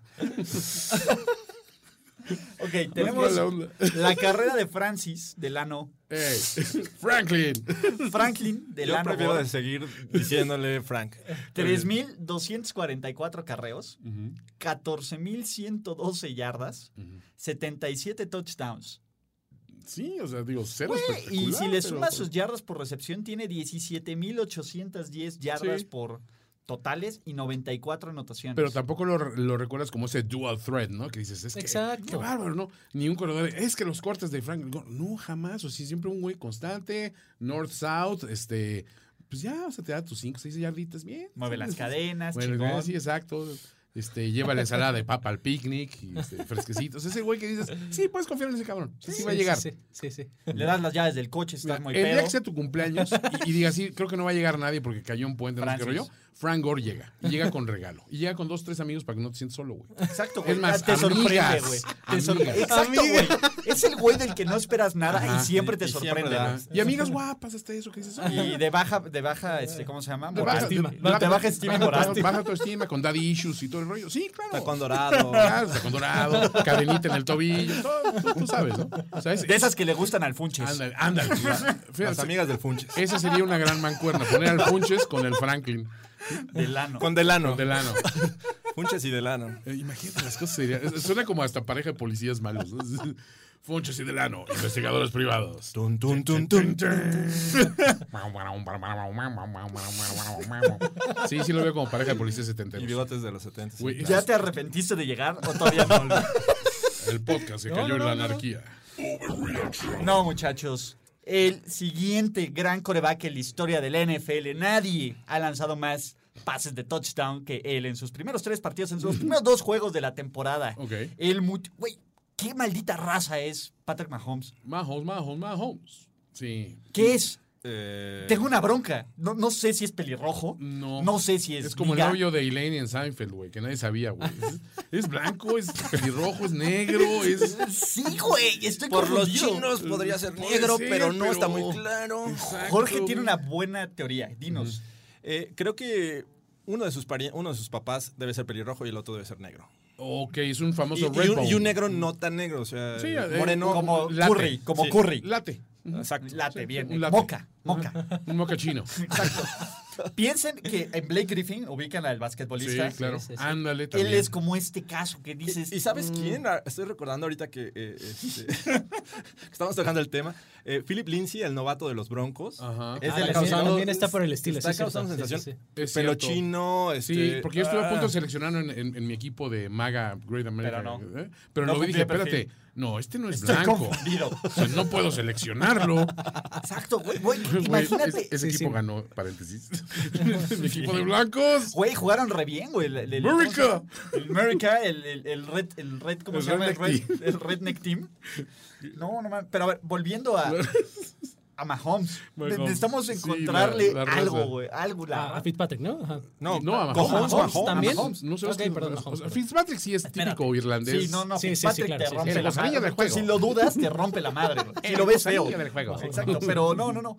S1: Ok,
S2: No, la
S1: tenemos
S2: onda.
S1: la carrera de Francis Delano.
S2: Ey, Franklin.
S1: Franklin
S3: Yo
S1: Delano
S3: prefiero
S1: Gore.
S3: de seguir diciéndole Frank.
S1: 3.244 carreos, 14.112 yardas, 77 touchdowns.
S2: Sí, o sea, digo, cero espectacular.
S1: Y si le
S2: pero-
S1: sumas sus yardas por recepción, tiene 17.810 yardas
S2: Sí.
S1: por totales y 94 anotaciones.
S2: Pero tampoco lo, lo recuerdas como ese dual threat, ¿no? Que dices, es que.
S5: Exacto.
S2: Qué bárbaro, ¿no? Ni un corredor. Es que los cortes de Frank. Gore, No, jamás. O sea, siempre un güey constante, north-south, este. Pues ya, o sea, te da tus 5, 6 yarditas bien.
S1: Mueve las cadenas,
S2: Bueno,
S1: chingón.
S2: sí, exacto. Este, lleva la ensalada de papa al picnic y este, fresquecitos. Ese güey que dices, sí, puedes confiar en ese cabrón. Sí, sí, va a llegar.
S5: Sí, sí, sí.
S1: Le das las llaves del coche, estás muy
S2: el día
S1: pedo.
S2: que sea tu cumpleaños y, y diga, sí, creo que no va a llegar nadie porque cayó un puente, no sé qué rollo.
S1: Francis.
S2: Frank Gore llega. Y llega con regalo. Y llega con dos, tres amigos para que no te sientas solo, güey.
S1: Exacto, güey.
S2: Es más,
S1: te sorprende,
S2: amigas,
S1: güey. Te sorpre-
S2: amigas.
S1: Exacto, güey. Es el güey del que no esperas nada y siempre te
S3: y siempre
S1: sorprende.
S3: da.
S1: güey.
S2: Y amigas guapas, hasta eso que dices.
S1: Y de baja, de baja, este, ¿cómo se llama?
S2: Te baja-
S5: estima.
S2: te-
S1: No, te baja estima
S2: baja-
S1: moral.
S2: Baja tu estima con daddy issues y todo el rollo. Sí, claro.
S3: Tacón dorado.
S2: Claro, tacón dorado, cadenita en el tobillo, todo, tú, tú sabes, ¿no? O sea, es-
S1: De esas que le gustan al Funches.
S2: Ándale, ándale.
S3: Las
S2: Fíjate,
S3: amigas del Funches.
S2: esa sería una gran mancuerna, poner al Funches con el Franklin
S1: Del ano.
S3: Con Delano.
S2: Delano.
S3: Funches y Delano.
S2: Eh, imagínate las cosas serían. es- Suena como hasta pareja de policías malos. ¿no? Funches y Delano, investigadores privados.
S3: Tun, tun, tun,
S2: Tun,
S3: tun.
S2: tun. Sí, sí lo veo como pareja de policías
S3: Y
S2: setenteros.
S3: bigotes de los 70. sí.
S2: Güey,
S1: ¿Ya te arrepentiste de llegar o todavía no?
S2: el podcast se
S5: No,
S2: cayó
S5: no,
S2: en la
S5: no, no.
S2: anarquía.
S1: No, muchachos. El siguiente gran coreback en la historia del NFL. Nadie ha lanzado más pases de touchdown que él en sus primeros tres partidos, en sus primeros dos juegos de la temporada.
S2: Ok.
S1: El mut- Güey, qué maldita raza es Patrick Mahomes.
S2: Mahomes, Mahomes, Mahomes. Sí.
S1: ¿Qué es?
S3: Eh,
S1: Tengo una bronca. No, no sé si es pelirrojo.
S2: No.
S1: No sé si es.
S2: Es como el
S1: viga.
S2: novio de Elaine en Seinfeld, güey, que nadie sabía, güey. Es, es blanco, es pelirrojo, es negro, es...
S1: Sí, güey. Estoy
S3: Por los
S1: confundido.
S3: chinos podría ser
S2: Puede
S3: negro,
S2: ser,
S3: pero no
S2: pero-
S3: está muy claro.
S2: Exacto,
S1: Jorge
S2: güey.
S1: tiene una buena teoría. Dinos.
S3: Eh, creo que uno de, sus pari- uno de sus papás debe ser pelirrojo y el otro debe ser negro.
S2: Ok, es un famoso
S3: Y, y
S2: Redbone.
S3: un, y un negro no tan negro, o sea,
S2: Sí, eh,
S3: moreno.
S1: como
S2: late.
S1: Curry. Como
S3: Sí.
S1: Curry.
S2: Late.
S3: Exacto.
S1: Late, bien.
S2: un late.
S1: Moca, moca.
S2: Un mocachino. Sí,
S1: Exacto. Piensen que en Blake Griffin ubican al basquetbolista.
S2: claro.
S5: sí, sí.
S2: Ándale
S1: Él
S2: también.
S1: es como este caso que dices. "Mm,
S3: ¿Y
S2: Mm.
S3: sabes quién? Ah, Estoy recordando ahorita que eh, este, que estamos tocando el tema. Eh, Philip Lindsay, el novato de los Broncos.
S2: Ajá.
S3: Es
S5: Ah,
S3: del
S5: también- también está por el estilo,
S3: Está
S5: sí,
S3: causando
S5: cierto. Sí,
S3: sensación.
S5: sí,
S2: Es
S3: Pelo
S2: cierto.
S3: chino.
S2: Sí,
S3: este,
S2: porque yo estuve a punto
S3: ah,
S2: de seleccionarlo en, en- en mi equipo de MAGA Great America.
S1: Pero no.
S2: ¿eh? Pero
S1: No
S2: luego dije,
S1: cumplía perfil.
S2: espérate, no, este no es
S1: Estoy
S2: blanco.
S1: confundido.
S2: O sea, no puedo seleccionarlo.
S1: Exacto, güey. güey,
S2: Güey,
S1: imagínate.
S2: es- ese
S5: Sí,
S2: equipo
S5: sí.
S2: ganó, paréntesis. mi equipo de blancos.
S1: Güey, jugaron re bien, güey. El, el- el-
S2: America.
S1: El America, el, el, el Red, el Red, ¿cómo
S2: El
S1: se llama? El
S2: Redneck
S1: Red, el Redneck Team. No, no mames. Pero a ver, volviendo a, a Mahomes.
S2: Mahomes.
S1: Necesitamos
S2: Sí,
S1: encontrarle
S2: la- la
S1: algo,
S2: raza. Ah,
S1: güey. Algo, la
S5: A, a Fitzpatrick, ¿no? Ajá.
S3: No,
S2: No, a
S3: con
S2: Mahomes.
S3: Mahomes,
S5: Mahomes también.
S2: Mahomes, no sé
S5: Ok,
S2: qué-
S5: perdón,
S2: o
S5: Mahomes,
S2: sea,
S5: perdón.
S2: Fitzpatrick sí es típico irlandés.
S1: Sí, no, no,
S5: Sí, sí, sí,
S1: Fitzpatrick
S5: claro,
S1: te
S5: sí,
S1: rompe
S5: sí.
S2: En
S1: la
S2: la salida
S1: madre.
S2: del juego.
S1: Si lo dudas, te rompe la madre. güey. Si
S2: En
S1: lo
S2: la
S1: ves
S2: salida
S1: feo.
S2: del juego.
S1: Exacto, pero no, no, no.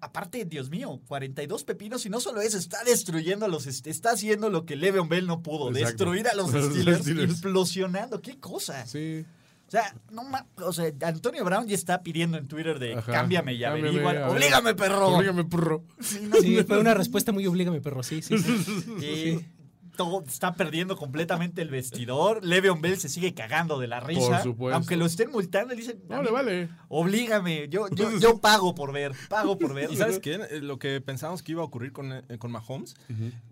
S1: Aparte, Dios mío, 42 pepinos y no solo eso, está destruyendo a los... est- Está haciendo lo que Le'Veon Bell no pudo,
S2: Exacto.
S1: destruir a los
S2: Los
S1: Steelers,
S2: Steelers.
S1: implosionando. ¡Qué cosa!
S2: Sí.
S1: O sea, no ma- o sea, Antonio Brown ya está pidiendo en Twitter de
S2: Ajá.
S1: cámbiame y
S2: Cámbiame,
S1: averiguan.
S2: a ver.
S1: ¡Oblígame, perro!
S2: Corrígame, perro.
S1: Sí, no,
S5: Sí, fue una respuesta muy oblígame, perro. Sí, sí, sí.
S1: Y todo está perdiendo completamente el vestidor. Le'Veon Bell se sigue cagando de la risa.
S2: supuesto.
S1: Aunque lo estén multando, le dicen.
S2: No, le vale.
S1: Oblígame, yo, yo, yo pago por ver, pago por ver.
S3: ¿Y sabes qué? Eh, Lo que pensábamos que iba a ocurrir con, eh, con Mahomes,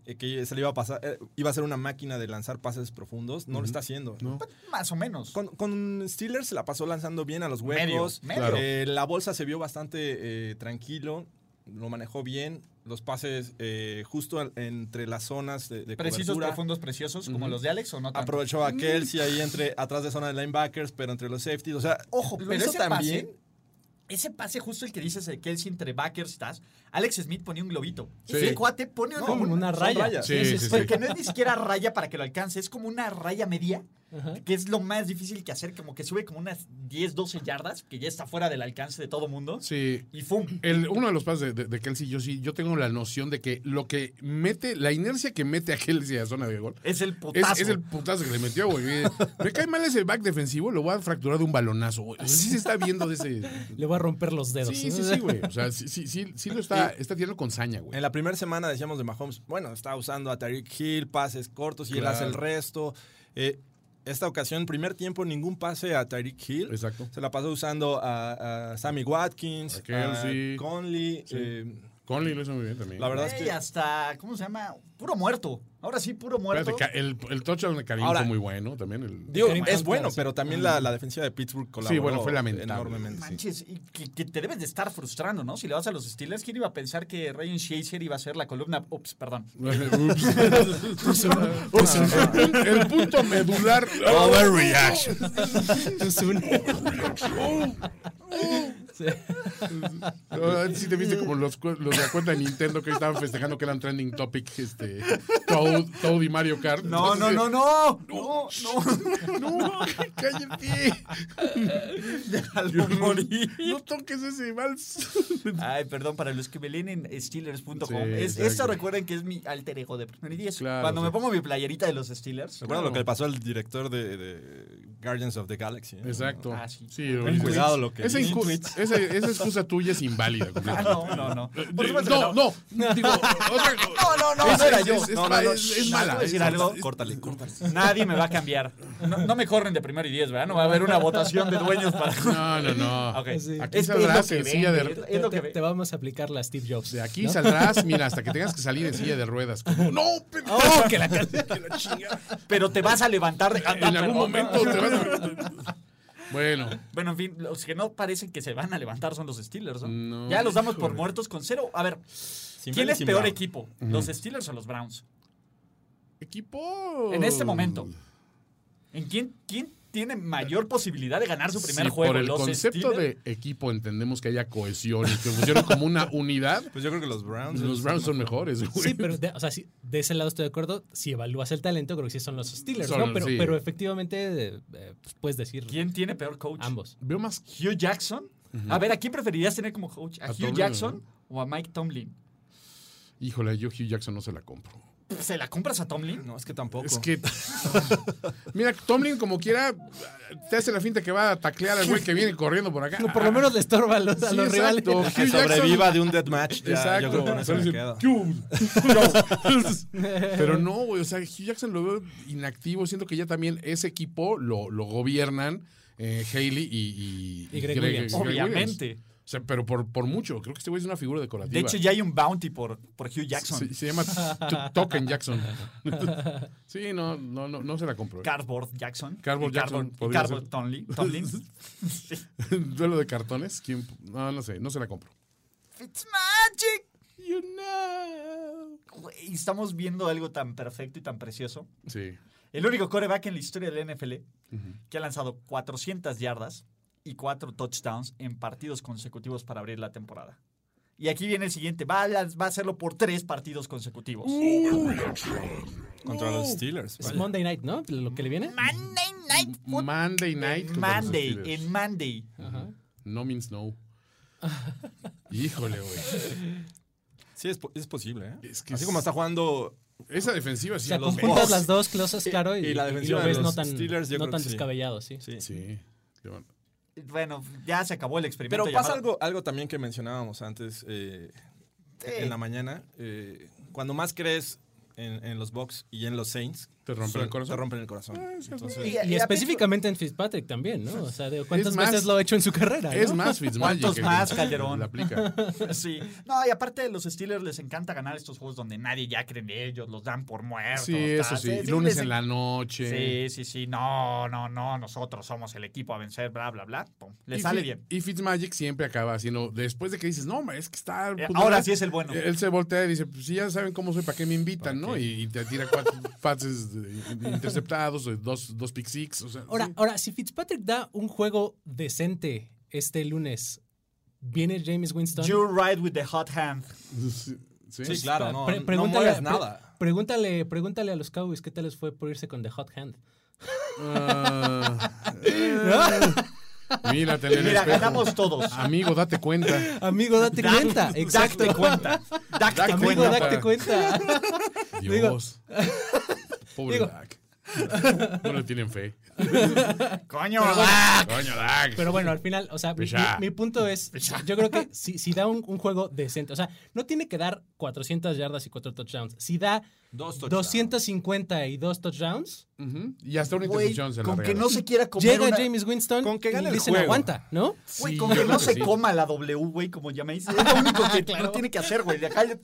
S3: eh, que se le iba a pasar, eh, iba a ser una máquina de lanzar pases profundos, no lo está haciendo.
S2: No.
S1: Más o menos.
S3: Con, con Steelers se la pasó lanzando bien a los huecos.
S1: Medio,
S2: medio.
S3: Eh, la bolsa se vio bastante eh, tranquilo, lo manejó bien. Los pases eh, justo al- entre las zonas de, de
S1: Precisos,
S3: cobertura.
S1: profundos, preciosos, como los de Alex o no tanto?
S3: Aprovechó a Kelsey ahí entre atrás de zona de linebackers, pero entre los safeties. O sea,
S1: Ojo,
S3: lo
S1: pero
S3: hizo
S1: ese también. Ese pase justo el que dices, el Kelsey entre backers, estás. Alex Smith ponía un globito.
S2: Sí.
S1: Ese cuate pone una,
S5: Como una
S3: son
S5: raya.
S3: rayas.
S2: Sí, sí, sí.
S1: Porque no es ni siquiera raya para que lo alcance, es como una raya media,
S5: Ajá.
S1: que es lo más difícil que hacer, como que sube como unas 10, 12 yardas, que ya está fuera del alcance de todo mundo.
S2: Sí.
S1: Y ¡fum!
S2: El, uno de los pases de, de- de Kelsey, yo sí, yo tengo la noción de que lo que mete, la inercia que mete a Kelsey a zona de gol
S1: Es el
S2: es,
S1: putazo.
S2: es el putazo que le metió, güey. Me cae mal ese back defensivo, lo voy a fracturar de un balonazo, güey. O sea, sí se está viendo de ese.
S5: Le voy a romper los dedos.
S2: Sí, sí, sí, güey. O sea, sí, sí, sí, sí lo está, está tirando con saña, güey.
S3: En la primera semana decíamos de Mahomes, bueno, está usando a Tyreek Hill, pases cortos y
S2: Claro.
S3: él hace el resto. Eh, esta ocasión, primer tiempo, ningún pase a Tyreek Hill.
S2: Exacto.
S3: Se la pasó usando a, a Sammy Watkins,
S2: A Kelsey.
S3: a Conley.
S2: Sí.
S3: eh,
S2: Conley lo hizo muy bien también.
S3: la verdad es
S1: Güey,
S3: que
S1: hasta, ¿cómo se llama? Puro muerto. Ahora sí, puro muerto.
S2: Espérate, ca- el, el touchdown de Karim
S3: Ahora-
S2: fue muy bueno también. El,
S3: digo,
S5: Karim
S3: es
S5: Hunt,
S3: bueno,
S5: claro, sí.
S3: pero también la, la defensiva de Pittsburgh colaboró
S2: Mm. bueno, fue lamentable.
S3: enormemente. sí.
S1: Manches, y que, que te debes de estar frustrando, ¿no? Si le vas a los Steelers, ¿quién iba a pensar que Ryan Shazer iba a ser la columna? Ups, perdón.
S2: Ups. el, el punto medular. Overreaction.
S5: Too soon. Sí.
S2: Si te viste como los, cu- los de la cuenta de Nintendo que hoy estaban festejando que eran trending topic este, Toad, Toad y Mario Kart.
S1: No, no,
S2: Entonces,
S1: no, no. No, no.
S2: No, cállate.
S1: Déjalo morir.
S2: No toques ese vals.
S1: Ay, perdón, para los que me leen en Steelers.com.
S2: Sí,
S1: es,
S2: exacto.
S1: esto recuerden que es mi alter ego de primer y diez.
S2: Claro,
S1: Cuando
S2: sí.
S1: me pongo mi playerita de los Steelers.
S3: Recuerda
S2: Claro.
S3: lo que le pasó al director de, de Guardians of the Galaxy. ¿eh?
S2: Exacto.
S1: Ah, sí.
S3: Ten
S2: oye,
S3: cuidado
S2: sí.
S3: lo que
S2: esa,
S3: dices.
S2: excu- esa, esa excusa tuya es inválida.
S1: Ah,
S2: completamente.
S1: no, no, no. Por
S2: Eh,
S1: supuesto que
S2: No, no. Digo, otra,
S1: No, no, no,
S2: Es-
S1: no era
S2: es-
S1: yo.
S2: es- es
S1: No, no,
S2: ma-
S1: no.
S2: es- es
S1: Shh,
S2: mala.
S1: ¿puedo decir
S2: Es-
S1: algo?
S3: Córtale, córtale.
S1: Nadie me va a cambiar. No, no me corren de primero y diez, ¿verdad? No va a haber una votación de dueños para.
S2: No, no, no.
S1: Ok.
S2: Aquí
S5: Sí.
S1: Ah, Es- es
S2: saldrás
S1: lo que
S2: en silla
S1: vende,
S2: de.
S1: Es lo que
S5: te,
S1: ve-
S5: te vamos a aplicar la Steve Jobs.
S2: De aquí
S5: ¿no?
S2: saldrás, mira, hasta que tengas que salir en silla de ruedas. Como, no, pe-
S5: Oh, que la cal-
S1: Pero te vas a levantar. de- Ah,
S2: en algún
S1: perdón.
S2: momento te vas a... Bueno,
S1: Bueno, en fin, los que no parecen que se van a levantar son los Steelers, ¿no?
S2: No,
S1: ya los damos por
S2: híjole.
S1: muertos con cero. A ver,
S3: Sin
S1: ¿quién
S3: Bell y
S1: es
S3: sin
S1: peor
S3: Brown.
S1: equipo? ¿Los Steelers o los Browns?
S2: equipo.
S1: En este momento. ¿En quién, quién tiene mayor posibilidad de ganar su primer
S2: Si
S1: juego?
S2: por el
S1: ¿Los
S2: concepto
S1: Steelers?
S2: de equipo entendemos que haya cohesión y que funcione como una unidad,
S3: Pues yo creo que los Browns.
S2: los Browns son mejores. güey.
S5: Sí, pero de, o sea, sí, de ese lado estoy de acuerdo. Si evalúas el talento, creo que sí son los Steelers,
S2: Son-
S5: ¿no? Pero,
S2: sí.
S5: pero efectivamente eh, pues, puedes decir
S1: ¿Quién tiene peor coach?
S5: ambos.
S2: Veo más
S1: ¿Hugh Jackson? A ver, ¿a quién preferirías tener como coach? ¿A,
S2: A
S1: Hugh
S2: Tomlin,
S1: Jackson
S2: ¿no?
S1: o a Mike Tomlin?
S2: Híjole, yo Hugh Jackson no se la compro.
S1: ¿Se la compras a Tomlin?
S3: No, es que tampoco.
S2: Es que. Mira, Tomlin, como quiera, te hace la finta que va a taclear al güey que viene corriendo por acá.
S5: No, por lo menos le estorba a los, a
S2: Ah, Sí,
S5: los rivales.
S2: exacto.
S3: que
S2: Hugh Jackson-
S3: Ah, sobreviva de un deathmatch. ya, Yo creo
S2: Exacto.
S3: que con eso me
S2: Entonces,
S3: quedo.
S2: "Yo". Pero no, güey. O sea, Hugh Jackson lo veo inactivo. Siento que ya también ese equipo lo, lo gobiernan eh, Haley y,
S5: Y Greg Williams.
S1: Obviamente.
S2: Williams. O sea, pero por, por mucho. Creo que este güey es una figura decorativa.
S1: De hecho, ya hay un bounty por, por Hugh Jackson.
S2: Se, se llama T- Token Jackson. sí, no, no, no, no se la compro.
S1: Cardboard Jackson.
S2: Cardboard
S1: Y
S2: Jackson
S1: y
S2: podría
S1: Cardboard
S2: ser.
S1: Tomlin. Tomlin. Sí.
S2: Duelo de cartones. ¿Quién? No, no sé, no se la compro.
S1: Fitzmagic.
S2: You know.
S1: Güey, estamos viendo algo tan perfecto y tan precioso.
S2: Sí.
S1: El único coreback en la historia del NFL que ha lanzado 400 yardas y 4 touchdowns en partidos consecutivos para abrir la temporada. Y aquí viene el siguiente. Va a, lanz- va a hacerlo por tres partidos consecutivos.
S2: Uh,
S3: Contra los Steelers.
S5: Es
S3: vaya.
S5: Monday Night, ¿no? Lo que le viene.
S1: Monday Night Football.
S2: Monday night. contra los
S1: Monday.
S2: Steelers. Ah.
S1: En Monday.
S2: No means no. Híjole, güey.
S3: Sí, es, po- es posible. ¿eh?
S2: Es que
S3: Así
S2: es-
S3: como está jugando
S2: Esa defensiva
S5: O
S2: sí.
S5: sea,
S2: los
S5: conjuntas
S2: veo.
S5: las dos closas, claro, y,
S3: Y la
S5: y
S3: defensiva
S5: lo
S3: de
S5: ves
S3: los
S5: no tan,
S3: Steelers, yo
S5: no
S3: creo
S5: tan
S3: que sí.
S5: descabellado, sí.
S3: Sí.
S2: Sí. Qué bueno.
S1: Bueno, ya se acabó el experimento.
S3: Pero pasa
S1: llamado-
S3: algo, algo también que mencionábamos antes eh,
S1: Sí.
S3: en la mañana. eh, cuando más crees en, en los Bucks y en los Saints,
S2: Te rompen
S3: son-
S2: el corazón. Ah,
S3: Te rompen el corazón. Entonces,
S1: Y-
S5: Y
S1: y a
S5: específicamente en Fitzpatrick también, ¿no? O sea, digo, ¿cuántas
S2: Es más-
S5: veces lo ha hecho en su carrera?
S2: Es
S5: no?
S2: más Fitzmagic.
S1: ¿Cuántos
S2: que-
S1: más, Calderón?
S2: La aplica.
S1: Pittsburgh- Sí. No, y aparte los Steelers les encanta ganar estos juegos donde nadie ya cree en ellos, los dan por muertos.
S2: Sí, eso
S1: tal.
S2: sí. Lunes
S1: les
S2: en la noche.
S1: Sí, sí, sí. No, no, no. Nosotros somos el equipo a vencer, bla, bla, bla. Pum. Le
S2: Y
S1: sale
S2: Fi-
S1: bien.
S2: Y Fitzmagic siempre acaba haciendo, después de que dices, no, hombre, es que está...
S1: Eh,
S2: pues,
S1: ahora
S2: no,
S1: sí es el bueno.
S2: Él se voltea y dice, pues si ya saben cómo soy, ¿para qué me invitan, no?
S3: qué?
S2: Y, y te tira cuatro pases de- interceptados, o dos, dos pick six, o sea...
S5: Ahora,
S2: sí.
S5: ahora, si Fitzpatrick da un juego decente este lunes, ¿viene James Winston?
S1: You ride with the hot hand.
S2: Sí.
S3: sí, Pues claro, no,
S5: Pre-
S3: no
S5: pregúntale-
S3: mueves
S5: pre-
S3: nada.
S5: Pregúntale, pregúntale a los Cowboys qué tal les fue por irse con The Hot Hand.
S2: Ah, mírate en el
S1: Mira,
S2: espejo.
S1: ganamos todos.
S2: Amigo, date cuenta.
S5: Amigo, date
S1: Dac-
S5: cuenta. Exacto.
S1: Dacte cuenta. Dacte
S2: Dacte
S5: Amigo,
S1: cuenta.
S2: cuenta.
S5: date cuenta.
S2: Dios. Pobre
S5: Digo-
S2: Dak. No le tienen fe.
S1: Coño, ah, Dak.
S2: Coño, Dak.
S5: Pero bueno, al final, o sea, mi,
S3: Pues
S2: Pichá.
S5: mi- mi punto es, yo creo que si, si da un, un juego decente, o sea, no tiene que dar 400 yardas y 4 touchdowns. Si da
S3: Dos touchdowns.
S5: 250 y 2 touchdowns,
S2: Ujú. Y hasta una
S1: Güey,
S2: intercepción se la
S1: con que
S2: regalan.
S1: no se quiera comer
S5: llega
S1: una-
S5: James Winston
S3: con que gane
S5: y
S3: el
S5: dicen
S3: juego.
S5: aguanta, ¿no?
S1: Güey,
S2: Sí,
S1: con
S2: yo
S1: que
S2: creo
S1: no
S2: que
S1: se
S2: sí.
S1: coma la W, güey, como llamáis. Es lo único que no tiene que hacer, güey. De acá le-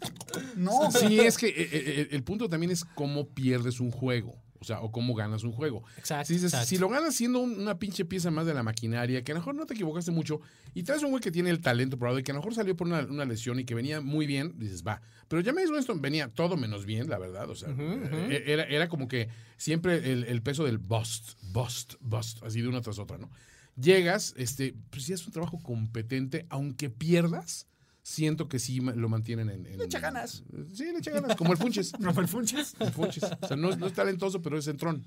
S1: No.
S2: Sí, es que eh, eh, el punto también es cómo pierdes un juego. O sea, o cómo ganas un juego.
S5: Exacto,
S2: Si, dices,
S5: exacto.
S2: si lo ganas siendo un- una pinche pieza más de la maquinaria, que a lo mejor no te equivocaste mucho, y traes un güey que tiene el talento probado y que a lo mejor salió por una, una lesión y que venía muy bien, dices, va. Pero James Winston venía todo menos bien, la verdad. O sea, eh, Era, era como que siempre el, el peso del bust, bust, bust, así de una tras otra, ¿no? Llegas, este, pues sí es un trabajo competente, aunque pierdas, siento que sí ma- lo mantienen en. en-
S1: Le echa ganas.
S2: Sí, le echa ganas, como el Funches.
S1: Como el Funches.
S2: El Funches. O sea, no es, no es talentoso, pero es centrón.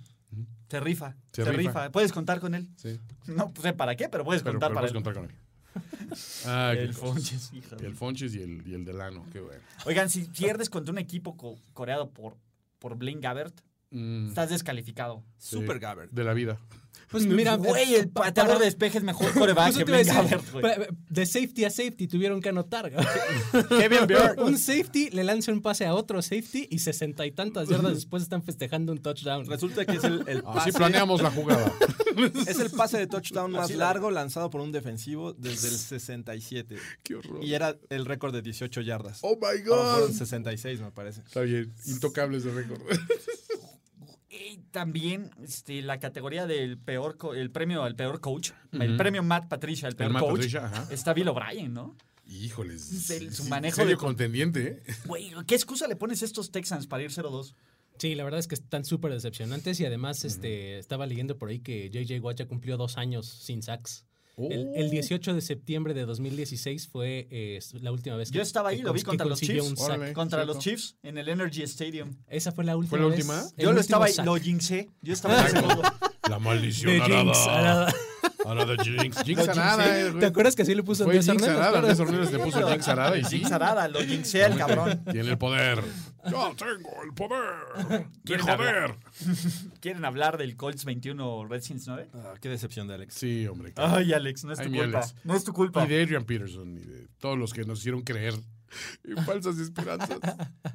S1: Se rifa. Se,
S2: Se
S1: rifa.
S2: rifa.
S1: Puedes contar con él.
S2: Sí.
S1: No sé para qué, pero puedes
S2: Pero,
S1: contar
S2: pero
S1: para
S2: puedes
S1: él.
S2: contar con él. Ah, qué
S1: El
S2: cosas.
S1: Funches, hija de-
S2: El Fonches y el, y el Delano, qué bueno.
S1: Oigan, si pierdes contra un equipo co- coreado por, por Blaine Gabbert,
S2: Mm,
S1: estás descalificado.
S3: Super
S2: sí,
S3: Gabbert.
S2: De la vida.
S5: Pues mira,
S1: Güey, el
S5: pa-
S1: pateador
S5: para-
S1: de despeje es mejor coreback
S5: Justo
S1: que
S5: te iba a
S1: Blaine
S5: decir,
S1: Gabbert, güey.
S5: pa- de safety a safety tuvieron que anotar. güey.
S1: Kevin Byrd.
S5: un safety le lanza un pase a otro safety y sesenta y tantas yardas después están festejando un touchdown.
S3: Resulta que es el, el
S2: Así
S3: pase,
S2: planeamos la jugada.
S3: es el pase de touchdown más largo lanzado por un defensivo desde el 67.
S2: Qué horror.
S3: Y era el récord de 18 yardas.
S2: Oh my
S3: Ahora
S2: God.
S3: fueron 66, me parece.
S2: Está bien, intocables de récord.
S1: Y también este, la categoría del peor, co- el premio al peor coach, el premio Matt Patricia, el peor
S2: Matt
S1: coach,
S2: Patricia, ajá.
S1: está Bill O'Brien, ¿no?
S2: Híjoles.
S1: El- su
S2: sí,
S1: manejo
S2: serio
S1: de-
S2: contendiente, ¿eh?
S1: Güey, ¿qué excusa le pones a estos Texans para ir 0-2?
S5: Sí, la verdad es que están súper decepcionantes y además este, estaba leyendo por ahí que JJ Watt ya cumplió dos años sin sacks.
S1: Oh.
S5: El,
S2: Oh,
S5: el 18 de septiembre de 2016 fue eh, la última vez que
S1: Yo estaba ahí,
S5: que
S1: lo vi
S5: cons- que
S1: contra los
S5: consiguió
S1: Chiefs.
S5: un sack.
S2: Órale.
S1: Contra
S2: cierto.
S1: los Chiefs en el Energy Stadium.
S5: Esa fue la última.
S2: la
S5: vez.
S2: última?
S5: El
S1: Yo lo
S5: último
S1: estaba ahí,
S5: sack
S1: lo jinxé. Yo estaba ahí.
S2: La maldición
S5: de Jinx.
S2: arada.
S5: Arada.
S2: Another Jinx. Jinx
S1: No,
S2: Arada.
S1: Jinx,
S2: eh,
S5: ¿Te
S2: güey.
S5: acuerdas que así le puso
S2: Fue
S5: Andrés
S2: Jinx
S5: Arnelas?
S2: Arada.
S5: Claro.
S2: Andrés Ornelas le puso Jinx Arada y sí.
S1: Jinx Arada, lo jinxea el cabrón.
S2: Tiene el poder. Yo tengo el poder. De
S1: ¿Quieren hablar?
S2: joder.
S1: ¿Quieren hablar del Colts 21 Redskins 9?
S3: Ah, qué decepción de Alex.
S2: Sí, hombre.
S1: Ay, Alex, no es tu
S2: Ay, mi
S1: culpa.
S2: Alex.
S1: No es tu culpa.
S2: Y de Adrian Peterson y de todos los que nos hicieron creer en falsas esperanzas.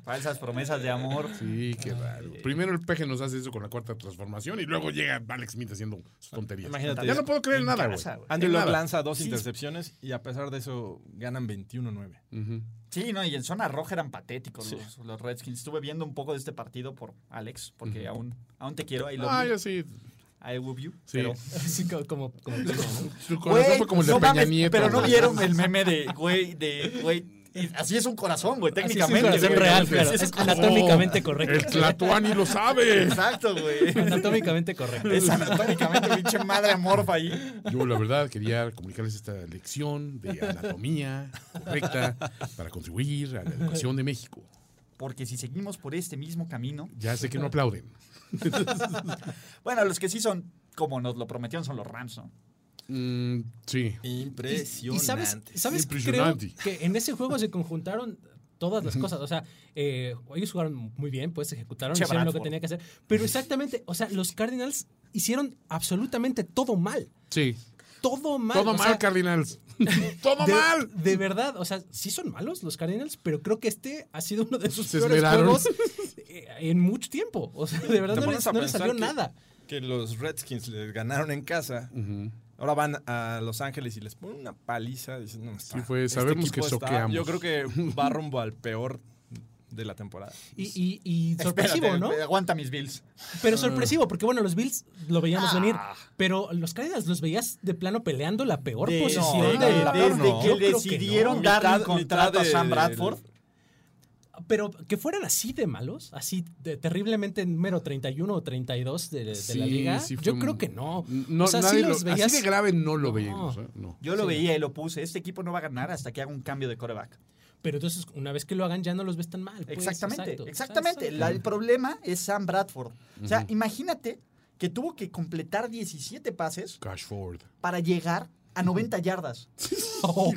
S1: Falsas promesas de amor.
S2: Sí, qué raro. Primero el peje nos hace eso con la cuarta transformación y luego llega Alex Smith haciendo sus tonterías.
S3: Imagínate.
S2: Ya no puedo creer en nada, güey.
S1: Casa, güey.
S3: Andrew
S2: En
S3: Locke
S2: nada.
S3: lanza dos
S1: Sí.
S3: intercepciones y a pesar de eso ganan 21-9.
S2: Ujú.
S1: Sí, no, y en zona roja eran patéticos
S3: Sí.
S1: los, los Redskins. Estuve viendo un poco de este partido por Alex, porque aún, aún te quiero. I love
S2: Ah,
S1: you.
S2: yo sí.
S1: I love you.
S2: Sí.
S1: Pero,
S5: Así como- como- como-
S2: Su corazón
S1: Güey,
S2: fue como el de
S1: no
S2: Peña
S1: mames,
S2: Nieto.
S1: Pero no
S2: güey.
S1: vieron el meme de, güey, de, güey. y Así es un corazón, güey,
S5: Así es un
S1: técnicamente.
S5: corazón
S1: güey,
S5: real,
S1: así
S5: claro.
S1: es
S5: Es
S1: un corazón.
S5: anatómicamente
S2: El
S5: correcto.
S2: Tlatuani lo sabe.
S1: Exacto, güey.
S5: Anatómicamente correcto.
S1: Es anatómicamente pinche madre amorfa ahí.
S2: Yo, la verdad, quería comunicarles esta lección de anatomía correcta para contribuir a la educación de México.
S1: Porque si seguimos por este mismo camino.
S2: Ya sé que no aplauden.
S1: Bueno, los que sí son, como nos lo prometieron, son los Rams, ¿no?
S2: Mm, sí.
S5: Y
S3: Impresionante.
S5: sabes, sabes creo
S2: Impresionante.
S5: que en ese juego se conjuntaron todas las cosas. O sea, eh, ellos jugaron muy bien, pues ejecutaron,
S1: Che,
S5: hicieron lo que
S1: Bradford.
S5: tenía que hacer. Pero exactamente, o sea, los Cardinals hicieron absolutamente todo mal.
S2: Sí.
S5: Todo mal.
S2: Todo
S5: o
S2: mal,
S5: sea,
S2: Cardinals. Todo
S5: de,
S2: mal.
S5: De verdad, o sea, sí son malos los Cardinals, pero creo que este ha sido uno de sus
S2: Se
S5: peores
S2: esmeraron.
S5: juegos eh, en mucho tiempo. O sea, de verdad
S3: Te
S5: no
S3: pones
S5: les,
S3: a
S5: no les
S3: pensar
S5: salió
S3: que-
S5: nada.
S3: Que los Redskins les ganaron en casa.
S2: Ujú.
S3: Ahora van a Los Ángeles y les ponen una paliza. Dicen, no, está- este
S2: pues, sabemos
S3: equipo
S2: que
S3: está-
S2: soqueamos.
S3: Yo creo que va rumbo al peor de la temporada.
S5: Y, y- y sorpresivo,
S1: Espérate,
S5: ¿no?
S1: eh, Aguanta mis bills.
S5: Pero sorpresivo, porque bueno, los Bills lo veíamos
S1: Ah.
S5: venir, pero los Cardinals los veías de plano peleando la peor
S1: Desde-
S5: posición
S3: no,
S5: de
S3: no,
S5: la
S3: desde
S5: peor-
S3: que
S5: yo creo
S1: decidieron
S5: no.
S1: dar- Darle un
S3: Mitad-
S1: contrato
S3: mitad
S1: a Sam
S3: del-
S1: Bradford.
S5: Pero que fueran así de malos, así de- terriblemente número 31 o 32 de, de la
S2: Sí,
S5: liga,
S2: sí fue
S5: yo
S2: un-
S5: creo que no.
S2: No,
S5: o sea,
S2: nadie
S5: sí
S2: lo-
S5: los veías.
S2: Así de grave no lo veíamos. ¿eh? No.
S1: Yo lo
S5: Sí.
S1: veía y lo puse. Este equipo no va a ganar hasta que haga un cambio de coreback.
S5: Pero entonces, una vez que lo hagan, ya no los ves tan mal. pues,
S1: exactamente,
S5: exacto.
S1: exactamente.
S5: Exacto.
S1: La- el problema es Sam Bradford. O sea, imagínate que tuvo que completar 17 pases
S2: Cash Ford.
S1: para llegar a 90 yardas.
S5: Oh.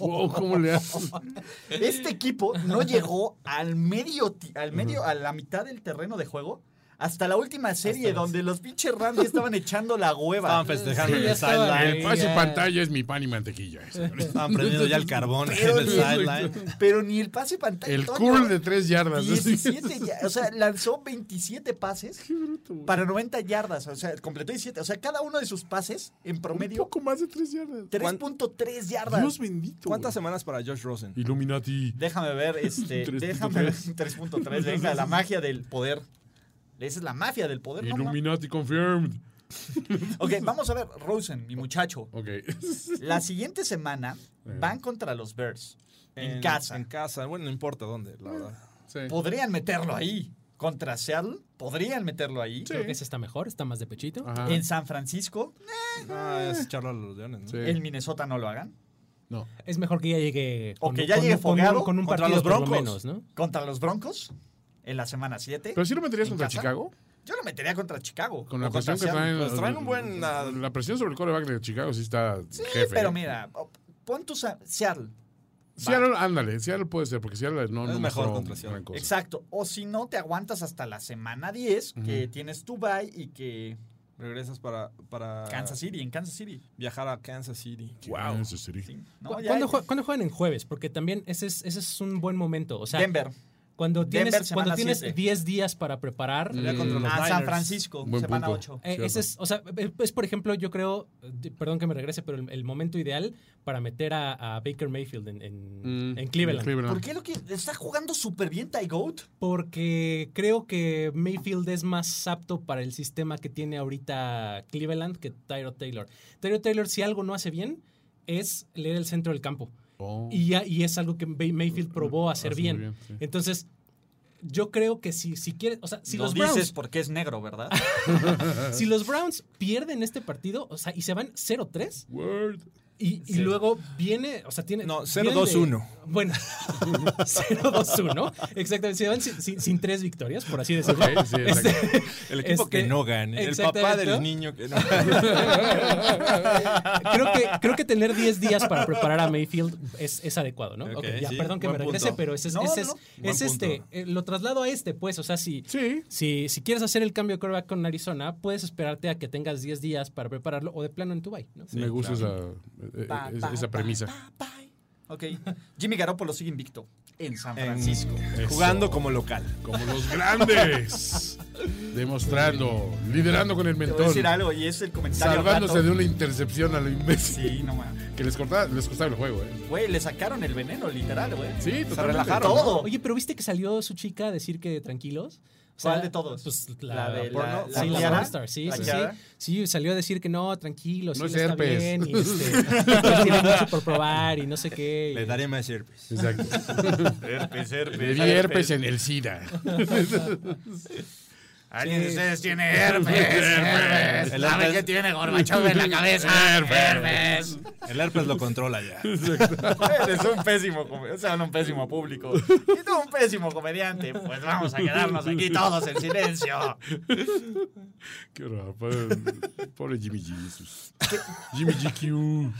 S2: Wow, ¿cómo le haces?
S1: Este equipo no llegó al medio, ti- al medio, a la mitad del terreno de juego. Hasta la última serie
S5: las-
S1: donde los pinches Rams ya estaban echando la hueva.
S3: Estaban festejando
S5: Sí,
S3: en
S5: ya
S3: el
S5: estaba
S2: El
S5: ahí.
S3: sideline.
S2: pase
S5: ya.
S2: pantalla es mi pan y mantequilla. ese.
S3: Estaban prendiendo ya el carbón en
S1: Pero
S3: el
S1: ni-
S3: sideline.
S1: Pero ni el pase pantalla.
S2: El
S1: Toño.
S2: curl de tres yardas.
S1: 17 ya- o sea, lanzó 27 pases para 90 yardas, o sea, completó 17, o sea, cada uno de sus pases en
S2: Un
S1: promedio
S2: poco más de tres yardas.
S1: 3.3 yardas.
S2: Dios bendito.
S3: ¿Cuántas
S2: güey.
S3: semanas para Josh Rosen?
S2: Illuminati.
S1: Déjame ver este,
S2: 3.3.
S1: déjame ver 3.3, venga, la magia del poder. Esa es la mafia del poder, no mames.
S2: Illuminati confirmed.
S1: Ok, vamos a ver Rosen, mi muchacho.
S2: Ok.
S1: La siguiente semana van contra los Bears en, casa.
S3: En casa. Bueno, no importa dónde, la verdad.
S2: Sí.
S1: Podrían meterlo ahí contra Seattle, podrían meterlo ahí.
S5: Creo que ese está mejor, está más de pechito.
S2: Ajá.
S1: En San Francisco,
S3: Ah, es echarlo a los leones, ¿no?
S2: Sí.
S1: en Minnesota no lo hagan.
S2: No.
S5: Es mejor que ya llegue
S1: O que ya llegue
S5: con
S1: fogueado
S5: un, con un
S3: contra
S5: partido
S3: los
S5: por lo
S3: Broncos.
S5: menos, ¿no?
S1: contra los Broncos en la semana 7.
S2: Pero si lo meterías
S1: ¿En
S2: contra
S1: casa?
S2: Chicago.
S1: Yo lo metería contra Chicago.
S2: Pues Con
S1: o
S2: la
S1: contra
S2: presión que
S1: Seattle.
S2: traen.
S3: Pues traen un buen, ah,
S2: La presión sobre el coreback de Chicago sí está
S1: Sí,
S2: jefe. ¿eh?
S1: pero mira, o- pon tu Sa- Seattle.
S2: Seattle, ándale. Seattle puede ser, porque Seattle no,
S3: Es
S2: no
S3: mejor
S2: mostró
S3: contra Seattle.
S2: gran cosa.
S1: Exacto. O si no, te aguantas hasta la semana 10, que tienes tu bye y que
S3: Regresas para, para
S1: Kansas City, en Kansas City.
S3: viajar a Kansas City.
S2: Wow. Eso sería.
S1: Sí,
S5: ¿Cu-
S1: ¿no? Ya-
S5: ¿Cuándo, jue- cuándo juegan en jueves? Porque también ese es, ese es un buen momento. O sea,
S1: Denver.
S5: cuando tienes,
S1: Denver, semana
S5: cuando tienes
S1: siete. Ah,
S5: 10 días para preparar,
S3: Sería
S5: eh,
S3: contra los
S1: A San
S3: Niners.
S1: Francisco,
S2: Buen
S1: semana
S2: punto.
S1: 8.
S5: eh,
S2: Cierto.
S5: ese es, o sea, eh, es por ejemplo, yo creo, eh, de- perdón que me regrese, pero el, el momento ideal para meter a, a Baker Mayfield en,
S2: Mm.
S5: en- en Cleveland.
S1: ¿Por qué lo que está jugando súper bien Ty Goat?
S5: Porque creo que Mayfield es más apto para el sistema que tiene ahorita Cleveland que Tyro Taylor. Tyro Taylor, si algo no hace bien, es leer el centro del campo.
S2: Oh.
S5: Y, ya- y es algo que Bay- Mayfield probó a hacer
S2: Hace muy
S5: bien.
S2: bien, sí.
S5: Entonces, yo creo que si, si quieres, o sea, si
S1: lo
S5: los,
S1: dices
S5: Browns,
S1: porque es negro, ¿verdad?
S3: Ah.
S5: si los Browns pierden este partido, o sea, y se van 0-3,
S2: Word.
S5: Y, y
S3: Sí.
S5: luego viene, o sea, tiene.
S3: No,
S5: vienen
S3: 0-2-1.
S5: de- Bueno, 0-2-1. Exactamente. Se van sin, sin- sin tres victorias, por así decirlo.
S2: Ok, sí, exacto.
S5: Este,
S3: El equipo
S5: Este,
S3: que no gane. El papá
S5: exactamente.
S3: del niño que no gane.
S5: creo, que, creo que tener 10 días para preparar a Mayfield es, es adecuado, ¿no?
S3: Ok,
S5: Ok, ya,
S3: sí,
S5: perdón que me
S3: buen
S5: regrese,
S3: punto.
S5: pero ese es,
S1: No,
S5: ese es,
S1: no, no.
S5: es
S3: Buen
S5: este.
S3: punto.
S5: eh, lo traslado a este, pues. O sea, si,
S2: Sí.
S5: si, si quieres hacer el cambio de quarterback con Arizona, puedes esperarte a que tengas 10 días para prepararlo o de plano en tu bye, ¿no?
S2: Me gusta esa, eh,
S1: Pa,
S2: eh,
S1: pa,
S2: esa
S1: pa,
S2: premisa.
S1: Ok. Jimmy Garoppolo sigue invicto en San
S3: En-
S1: Francisco.
S3: Jugando como local.
S2: Como los grandes. Demostrando, liderando con el
S1: Te voy a
S2: mentón.
S1: decir algo y es el comentario. al
S2: Salvándose
S1: rato.
S2: de una intercepción a lo imbécil.
S1: Sí, no mames.
S2: Que les, cortaba, les costaba el juego, ¿eh?
S1: Güey, le sacaron el veneno, literal, güey.
S2: Sí,
S1: Se
S2: totalmente.
S1: relajaron.
S2: ¿no?
S1: Todo.
S5: Oye, pero viste que salió su chica a decir que tranquilos. O
S1: ¿Cuál de todos?
S5: Pues la,
S1: La de la-
S5: porno-
S1: la
S5: sí,
S1: Kiara.
S5: rockstar, sí,
S1: ¿La
S5: sí,
S1: Kiara?
S5: sí. Sí, salió a decir que no, tranquilos,
S2: No
S5: sí,
S2: es
S5: está
S2: herpes.
S5: bien, y este, pues, tiene mucho por probar y no sé qué.
S3: Le daré más herpes.
S2: Exacto.
S1: Herpes,
S2: Le di herpes en el SIDA.
S1: ¿Alguien de ustedes tiene herpes? herpes.
S3: El herpes-
S1: tiene Gorbachev en la cabeza? Herpes.
S3: El herpes lo controla ya.
S1: Eres un pésimo, com- o sea, no un pésimo público. Y tú un pésimo comediante. Pues vamos a quedarnos aquí todos en silencio.
S2: Qué horror. Pobre, pobre Jimmy Jesus. Jimmy GQ.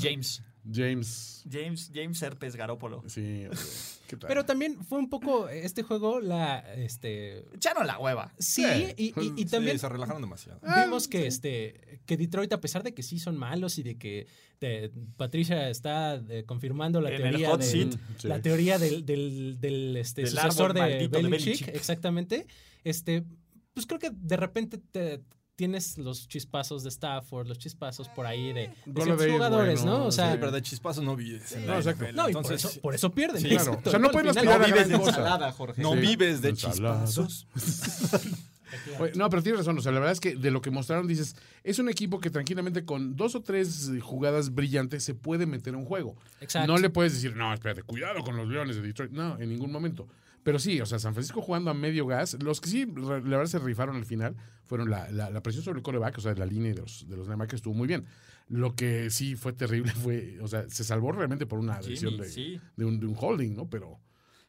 S1: James.
S2: James.
S1: James, James Herpes Garópolo.
S2: Sí. hombre, ¿Qué tal?
S5: Pero también fue un poco eh, este juego la este
S1: Echaron la hueva.
S5: sí,
S2: Sí.
S5: y, y-
S3: Sí,
S5: y también
S3: se relajaron demasiado.
S5: vimos que este que Detroit a pesar de que sí son malos y de que eh, Patricia está eh, confirmando la
S1: En el
S5: teoría
S1: hot
S5: de-
S1: seat.
S2: Sí.
S5: la teoría del, del, del, este,
S1: Del
S5: sucesor
S1: árbol
S5: de
S1: maldito de
S5: Belichick,
S1: Belichick.
S5: exactamente este pues creo que de repente te- tienes los chispazos de Stafford los chispazos por ahí de, de
S2: Gol
S5: ciertos
S2: de
S5: jugadores
S2: bueno,
S5: no o
S3: Sí,
S5: sea
S3: pero de chispazo no vives. en la
S2: No, exacto.
S3: NFL,
S5: no y
S3: entonces-
S5: por eso por eso pierden
S3: Sí,
S2: Claro.
S5: exacto,
S2: O sea, no pueden
S5: Al final-
S2: aspirar a
S1: vives
S2: gran
S1: de
S2: cosa.
S1: ensalada, Jorge.
S3: No
S2: Sí.
S3: vives de
S2: Ensalada.
S3: chispazos.
S2: Oye, no, pero tienes razón. O sea, la verdad es que de lo que mostraron, dices, es un equipo que tranquilamente con dos o tres eh, jugadas brillantes se puede meter a un juego.
S5: Exacto.
S2: No le puedes decir, no, espérate, cuidado con los Leones de Detroit. No, en ningún momento. Pero sí, o sea, San Francisco jugando a medio gas. Los que sí, re- la verdad, se rifaron al final fueron la, la- la presión sobre el coreback, o sea, la línea de los, de los linebackers estuvo muy bien. Lo que sí fue terrible fue, o sea, se salvó realmente por una decisión
S1: Jimmy,
S2: de,
S1: sí.
S2: de un, de un holding, ¿no? Pero,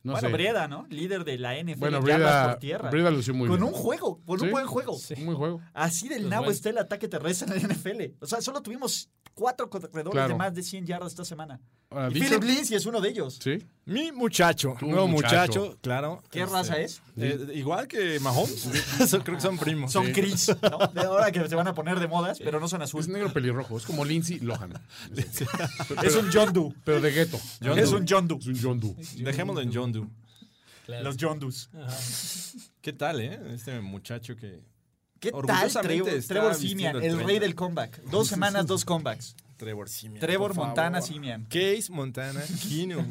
S2: no
S1: bueno,
S2: sé.
S1: Brieda, ¿no? Líder de la NFL.
S2: bueno,
S1: en yardas
S2: Breda,
S1: por tierra.
S2: Breda lució muy
S1: con
S2: bien.
S1: un juego, con
S2: Sí.
S1: un buen juego.
S2: Un buen juego.
S1: Así del
S5: Pues
S1: nabo
S5: bueno.
S1: está el ataque terrestre en la NFL. O sea, solo tuvimos cuatro corredores
S2: Claro.
S1: de más de 100 yardas esta semana.
S2: Ahora,
S1: Y
S2: Dixon-
S1: Philip Lindsay es uno de ellos.
S2: Sí.
S3: Mi muchacho,
S2: Tu
S3: nuevo
S2: muchacho.
S3: muchacho, claro.
S1: ¿Qué
S3: Este,
S1: raza es?
S3: eh, igual que Mahomes. Son- Creo que son primos.
S1: Son Chris, ¿no? De ahora que se van a poner de modas, pero no son azul.
S2: Es negro pelirrojo, es como Lindsay Lohan.
S1: Es un John Doe.
S2: Pero de gueto.
S3: John
S1: es
S3: Doe.
S1: un John Doe.
S2: Es un John Doe.
S3: Dejémoslo en John Doe.
S5: Claro.
S1: Los John Does.
S3: ¿Qué tal, eh? Este muchacho que.
S1: ¿Qué tal
S3: Orgullosamente
S1: Trevor,
S3: está
S1: Trevor
S3: vistiendo
S1: Simian,
S3: el
S1: el
S3: 30?
S1: rey del comeback? Dos semanas, dos comebacks.
S3: Trevor Simian.
S1: Trevor
S3: por favor.
S1: Montana Simian.
S3: Case Montana Keenum.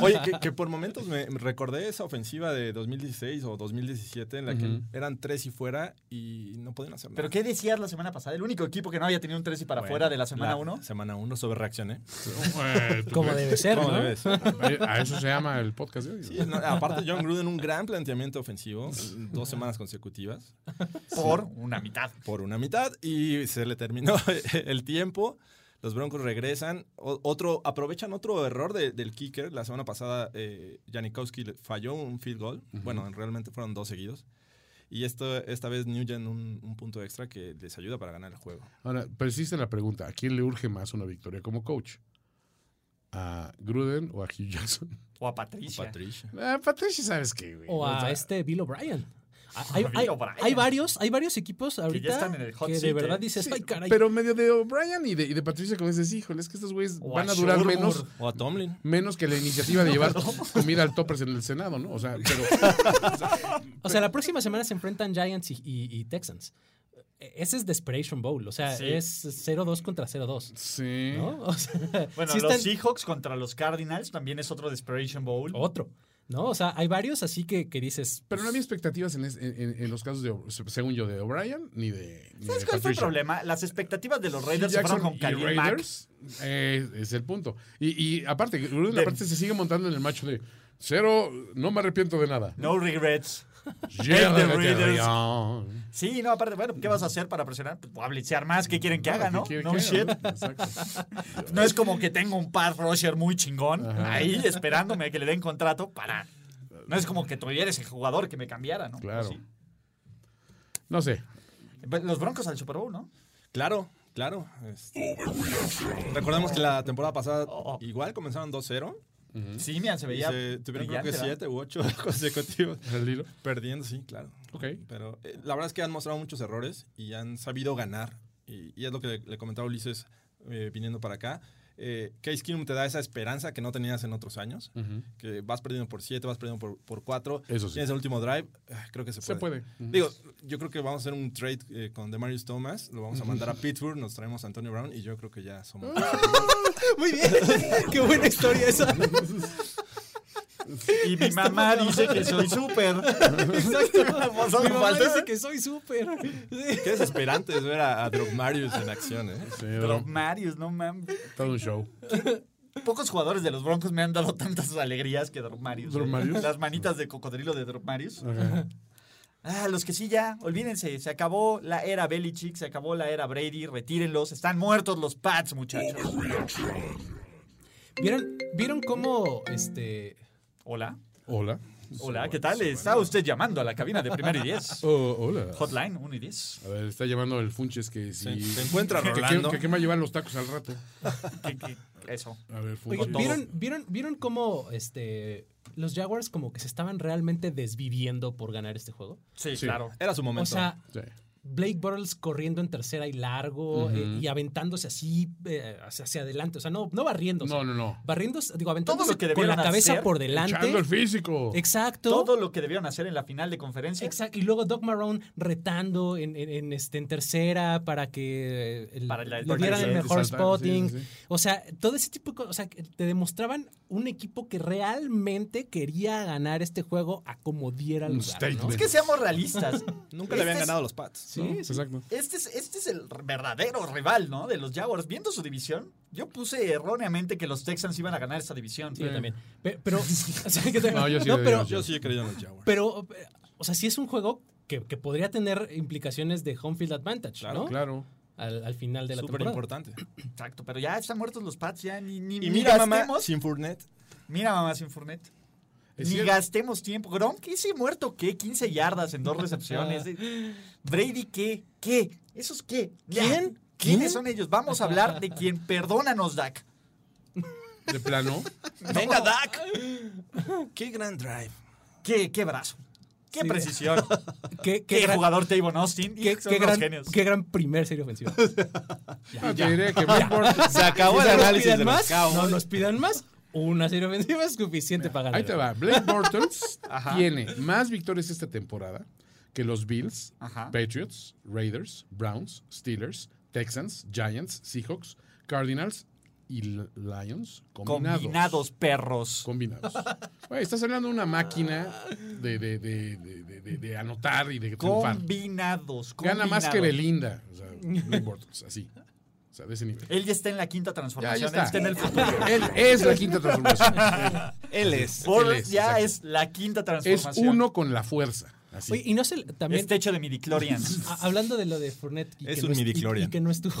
S3: Oye, que, que por momentos me me recordé esa ofensiva de 2016 o 2017 en la que
S2: Ujú.
S3: eran tres y fuera y no podían hacer nada.
S1: ¿Pero qué decías la semana pasada? El único equipo que no había tenido un 3 y para
S3: Bueno,
S1: afuera de la semana 1.
S3: Semana 1 sobre reaccioné.
S2: Eh, ¿tú
S5: como
S2: crees?
S5: debe ser
S3: ¿Cómo
S5: no
S3: debes?
S2: A a eso se llama el podcast de hoy.
S3: Sí, no, aparte, John Gruden, un gran planteamiento ofensivo, dos semanas consecutivas,
S1: por una mitad.
S3: por una mitad, y se le terminó el tiempo. Los Broncos regresan. O- Otro, aprovechan otro error de- del kicker. La semana pasada, eh, Janikowski le- falló un field goal. Bueno, realmente fueron dos seguidos. Y esto, esta vez Nugent un, un punto extra que les ayuda para ganar el juego.
S2: Ahora, persiste la pregunta: ¿a quién le urge más una victoria como coach? ¿A Gruden o a Hugh Jackson?
S1: O a Patricia.
S3: Patricia.
S2: Ah, Patricia, ¿sabes qué, güey?
S5: o a
S2: sea,
S5: este Bill O'Brien. Hay, hay-
S1: Bill O'Brien.
S5: hay varios, hay varios equipos ahorita que,
S1: están en el hot seat,
S5: de verdad
S1: ¿eh?
S5: dices,
S2: sí,
S5: ay caray.
S2: Pero medio de O'Brien y de, y de Patricia, como dices, híjole, es que estos güeyes
S1: O
S2: van
S1: a
S2: a durar
S1: Shurmur.
S2: menos.
S3: O a Tomlin.
S2: Menos que la iniciativa de llevar comida al toppers en el Senado, ¿no? O sea, pero
S5: o sea, la próxima semana se enfrentan Giants y, y- y Texans. E, Ese es Desperation Bowl, o sea,
S1: Sí.
S5: es 0-2 contra 0-2.
S2: sí.
S5: ¿No? O sea,
S1: Bueno,
S5: sí
S1: los
S5: están-
S1: Seahawks contra los Cardinals también es otro Desperation Bowl.
S5: otro. ¿No? O sea, hay varios así que, que dices.
S2: Pero no había expectativas en, es- en- en- en los casos de, O- según yo, de O'Brien ni de. ni
S1: ¿Sabes
S2: de
S1: cuál fue el
S2: Patricia.
S1: problema? Las expectativas de los Raiders
S2: Hugh
S1: se
S2: Jackson
S1: fueron
S2: y
S1: con Khalil Mack.
S2: Raiders eh, es el punto. Y, y aparte, Gruden
S1: Dem-
S2: aparte se sigue montando en el macho de cero, no me arrepiento de nada.
S1: No regrets.
S2: Llévate
S1: the Raiders.
S2: León.
S1: Sí, no, aparte, bueno, ¿qué vas a hacer para presionar? Pues voy a blitzear más, ¿qué quieren que haga,
S2: ¿Qué
S1: no?
S2: quiere
S1: No
S2: que haga,
S1: shit.
S2: no? Exacto.
S1: No es como que tengo un pass rusher muy chingón ahí esperándome a que le den contrato para. No es como que tuviera ese jugador que me cambiara, ¿no?
S2: Claro.
S1: Sí.
S2: No sé.
S1: Pero Pues, Los Broncos al Super Bowl, ¿no?
S3: Claro, claro. este. Recordemos que la temporada pasada igual comenzaron 2-0.
S1: Sí, mira, se
S3: y
S1: Oh. veía.
S3: se Tuvieron creo que
S1: brillante, ¿verdad?
S3: 7 u 8 consecutivos.
S2: El hilo.
S3: Perdiendo, sí, claro.
S2: Ok.
S3: Pero eh, la verdad es que han mostrado muchos errores y han sabido ganar. Y, y es lo que le, le comentaba Ulises eh, viniendo para acá. Eh, Case Keenum te da esa esperanza que no tenías en otros años.
S2: Ujú.
S3: Que vas perdiendo por 7, vas perdiendo por- por 4.
S2: Eso sí.
S3: Tienes el último drive. ah, Creo que se
S2: Se
S3: puede.
S2: puede. Ujú.
S3: Digo, yo creo que vamos a hacer un trade eh, con Demarius Thomas. Lo vamos a mandar a Pittsburgh. Nos traemos a Antonio Brown y yo creo que ya somos.
S5: Muy bien. Qué buena historia esa.
S1: Y mi Este mamá dice que soy súper. Exacto. Pues,
S5: Mi mamá
S1: faltó
S5: dice
S1: ese
S5: que soy súper. Sí.
S3: Qué desesperante es ver a, a Drogmarius en acción, ¿eh?
S2: Sí,
S1: Pero
S2: era
S1: Marius, no mames.
S2: todo un show.
S1: Pocos jugadores de los Broncos me han dado tantas alegrías que Drop Marius.
S2: ¿Drop
S1: güey.
S2: Marius?
S1: Las manitas de cocodrilo de Drop Marius. Ah, los que sí ya, olvídense, se acabó la era Belichick, se acabó la era Brady, retírenlos, están muertos los Pats, muchachos.
S5: ¿Vieron, ¿Vieron cómo este.
S1: Hola,
S2: Hola.
S1: hola, ¿qué tal? Está usted llamando a la cabina de primero y diez.
S2: Oh, hola.
S1: Hotline, 1 y 10.
S2: A ver, está llamando el Funches que si.
S3: Se- se encuentra
S2: que, que-
S3: Rolando.
S2: Que, que me va a llevar los tacos al rato.
S1: Eso.
S2: A ver,
S5: Oye,
S2: Funches.
S5: ¿vieron, vieron, ¿Vieron cómo este, los Jaguars como que se estaban realmente desviviendo por ganar este juego?
S1: Sí,
S2: Sí.
S1: claro.
S3: Era su momento.
S5: O sea,
S2: Sí.
S5: Blake Burles corriendo en tercera y largo eh, y aventándose así eh, hacia, hacia adelante. O sea, no, no barriéndose.
S2: No, no, no.
S5: Barriéndose, digo, aventándose
S1: lo que
S5: con la
S1: debieron
S5: cabeza
S1: hacer,
S5: por delante.
S2: Echando el físico.
S5: Exacto.
S1: Todo lo que debieron hacer en la final de conferencia.
S5: Exacto. Y luego Doc Marrone retando en, en- en, este, en tercera para que eh, el-
S1: Para la-
S5: le
S1: para
S5: dieran
S1: que
S5: el
S1: se-
S2: saltara,
S5: mejor
S2: sí,
S5: spotting.
S2: sí, sí.
S5: O sea, todo ese tipo de cosas. O sea, que te demostraban un equipo que realmente quería ganar este juego a como diera
S2: Un
S5: lugar. ¿no?
S2: statement.
S1: Es que seamos realistas.
S3: Nunca le habían
S1: Este es-
S3: ganado los Pats.
S5: Sí,
S2: ¿No?
S5: sí.
S2: Exacto.
S1: Este es, este es el verdadero rival, ¿no? De los Jaguars. Viendo su división, yo puse erróneamente que los Texans iban a ganar esta división.
S5: Sí, yo también. Pe- Pero, o sea, que-
S2: No, yo sí
S5: no,
S2: le
S5: pero,
S2: digo,
S3: Yo sí he creído en los Jaguars.
S5: pero, o sea, sí es un juego que, que podría tener implicaciones de home field advantage,
S3: Claro,
S5: ¿no?
S2: Claro.
S5: Al, al final de la
S3: Súper
S5: temporada.
S3: importante.
S1: Exacto, pero ya están muertos los Pats, ya ni, ni,
S3: Y
S1: ni
S3: mira, mamá,
S1: gastemos.
S3: sin Fournette.
S1: Mira, mamá, sin Fournette. Ni
S2: Es cierto.
S1: gastemos tiempo. Gronk, ese muerto qué? 15 yardas en dos recepciones. Brady, ¿qué? ¿Qué? ¿Esos qué? Ya.
S5: ¿Quién?
S1: ¿Quiénes
S5: ¿Quién?
S1: son ellos? Vamos a hablar de quien. Perdónanos, Dak.
S2: De plano.
S3: Venga, Dak. Qué gran drive.
S1: ¿Qué, qué brazo? ¿Qué
S5: Sí.
S1: precisión?
S5: Qué, qué
S1: ¿Qué,
S5: gran-
S1: jugador Tavon Austin?
S5: qué-
S1: Son
S5: qué
S1: unos
S5: gran,
S1: genios.
S5: qué gran primer serie ofensiva.
S2: Ah, te diré que Billboard-
S3: Se acabó el
S5: Si no nos
S3: análisis
S5: pidan
S3: de los
S5: más, no
S3: Cowboys.
S5: nos pidan más. Una serie ofensiva es suficiente para ganar.
S2: Ahí te va. Blake Bortles tiene más victorias esta temporada que los Bills,
S1: Ajá.
S2: Patriots, Raiders, Browns, Steelers, Texans, Giants, Seahawks, Cardinals y L- Lions combinados.
S1: Combinados perros.
S2: Combinados. Güey, estás hablando de una máquina de, de- de- de- de- de- de anotar y de triunfar.
S1: Combinados.
S2: Gana más que
S1: combinados.
S2: Belinda. O sea, Blake Bortles, así. O sea, de ese nivel.
S1: Él ya está en la quinta
S2: Ya, ya
S1: transformación.
S2: está.
S1: Él está en el futuro.
S2: Él es la quinta transformación.
S3: Él es.
S1: Bortles
S2: es,
S1: ya
S2: exacto.
S1: es la quinta
S2: Es
S1: transformación.
S2: uno con la fuerza. Así.
S5: Oye, y no sé, también, Ah,
S1: Es techo de midichlorians.
S5: a- hablando de lo de Fournette. Y
S3: Es un
S5: que no est- y-
S3: midichlorian.
S5: Y que no estuvo.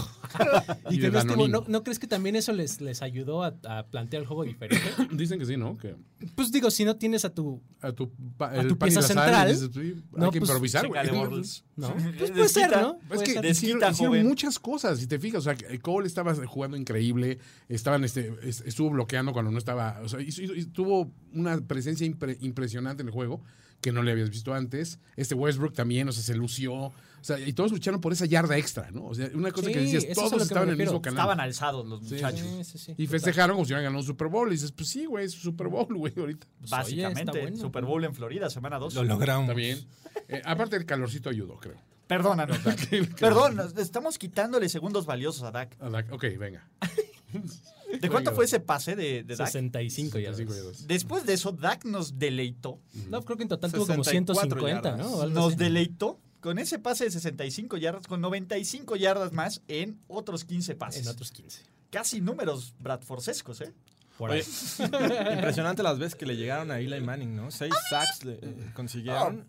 S5: y
S2: Y
S5: que
S2: de
S5: no estuvo.
S2: Danonino.
S5: ¿no, no crees que también eso les, les ayudó a, a plantear el juego diferente?
S2: Dicen que sí, ¿no? Que
S5: Pues digo, si no tienes a tu.
S2: a tu, pa-
S5: tu
S2: pan y
S5: pieza
S2: la sal,
S5: central,
S2: dices, sí,
S5: no,
S2: hay que
S5: pues,
S2: improvisar, güey.
S1: Chécale, Bortles.
S5: ¿no?
S1: Sí.
S5: Pues puede ser,
S1: Desquita.
S5: ¿no?
S2: Es
S5: Puede
S2: que
S5: ser.
S1: Desquita,
S2: hicieron, hicieron
S1: joven.
S2: muchas cosas, si te fijas. O sea, eh, Cole estaba jugando increíble, estaban, este, es- estuvo bloqueando cuando no estaba. O sea, hizo- hizo- hizo- tuvo una presencia impre- impresionante en el juego que no le habías visto antes. Este Westbrook también, o sea, se lució. O sea, y todos lucharon por esa yarda extra, ¿no? O sea, una cosa
S5: Sí,
S2: que decías,
S5: eso es a lo
S2: todos
S5: que me
S2: estaban en el
S5: refiero.
S2: mismo canal.
S1: Estaban alzados los
S2: Sí,
S1: muchachos.
S5: Sí, pues, sí, sí.
S2: y festejaron como si hubieran ganado un Super Bowl. Y dices, pues sí, güey, es un Super Bowl, güey, ahorita.
S5: Pues, oye, está
S1: Básicamente,
S5: bueno.
S1: Super Bowl en Florida, semana 2.
S3: Lo logramos.
S2: Está bien. Eh, aparte, el calorcito ayudó, creo.
S1: Perdónanos. Perdón, nos- estamos quitándole segundos valiosos a Dak.
S2: A la- Ok, venga.
S1: ¿De cuánto fue ese pase de, de Dak?
S5: 65 ya.
S2: Cinco y dos.
S1: Después de eso, Dak nos deleitó.
S5: No, creo que en total tuvo como
S3: 64
S5: 150,
S3: yardas.
S5: ¿no? O algo
S1: Nos
S5: así.
S1: deleitó con ese pase de 65 yardas, con 95 yardas más en otros 15 pases.
S5: En otros 15.
S1: Casi números bradforcescos, ¿eh?
S5: Por ahí.
S3: Oye,
S5: Ah,
S3: impresionante las veces que le llegaron a Eli Manning, ¿no? Seis sacks le, eh, consiguieron.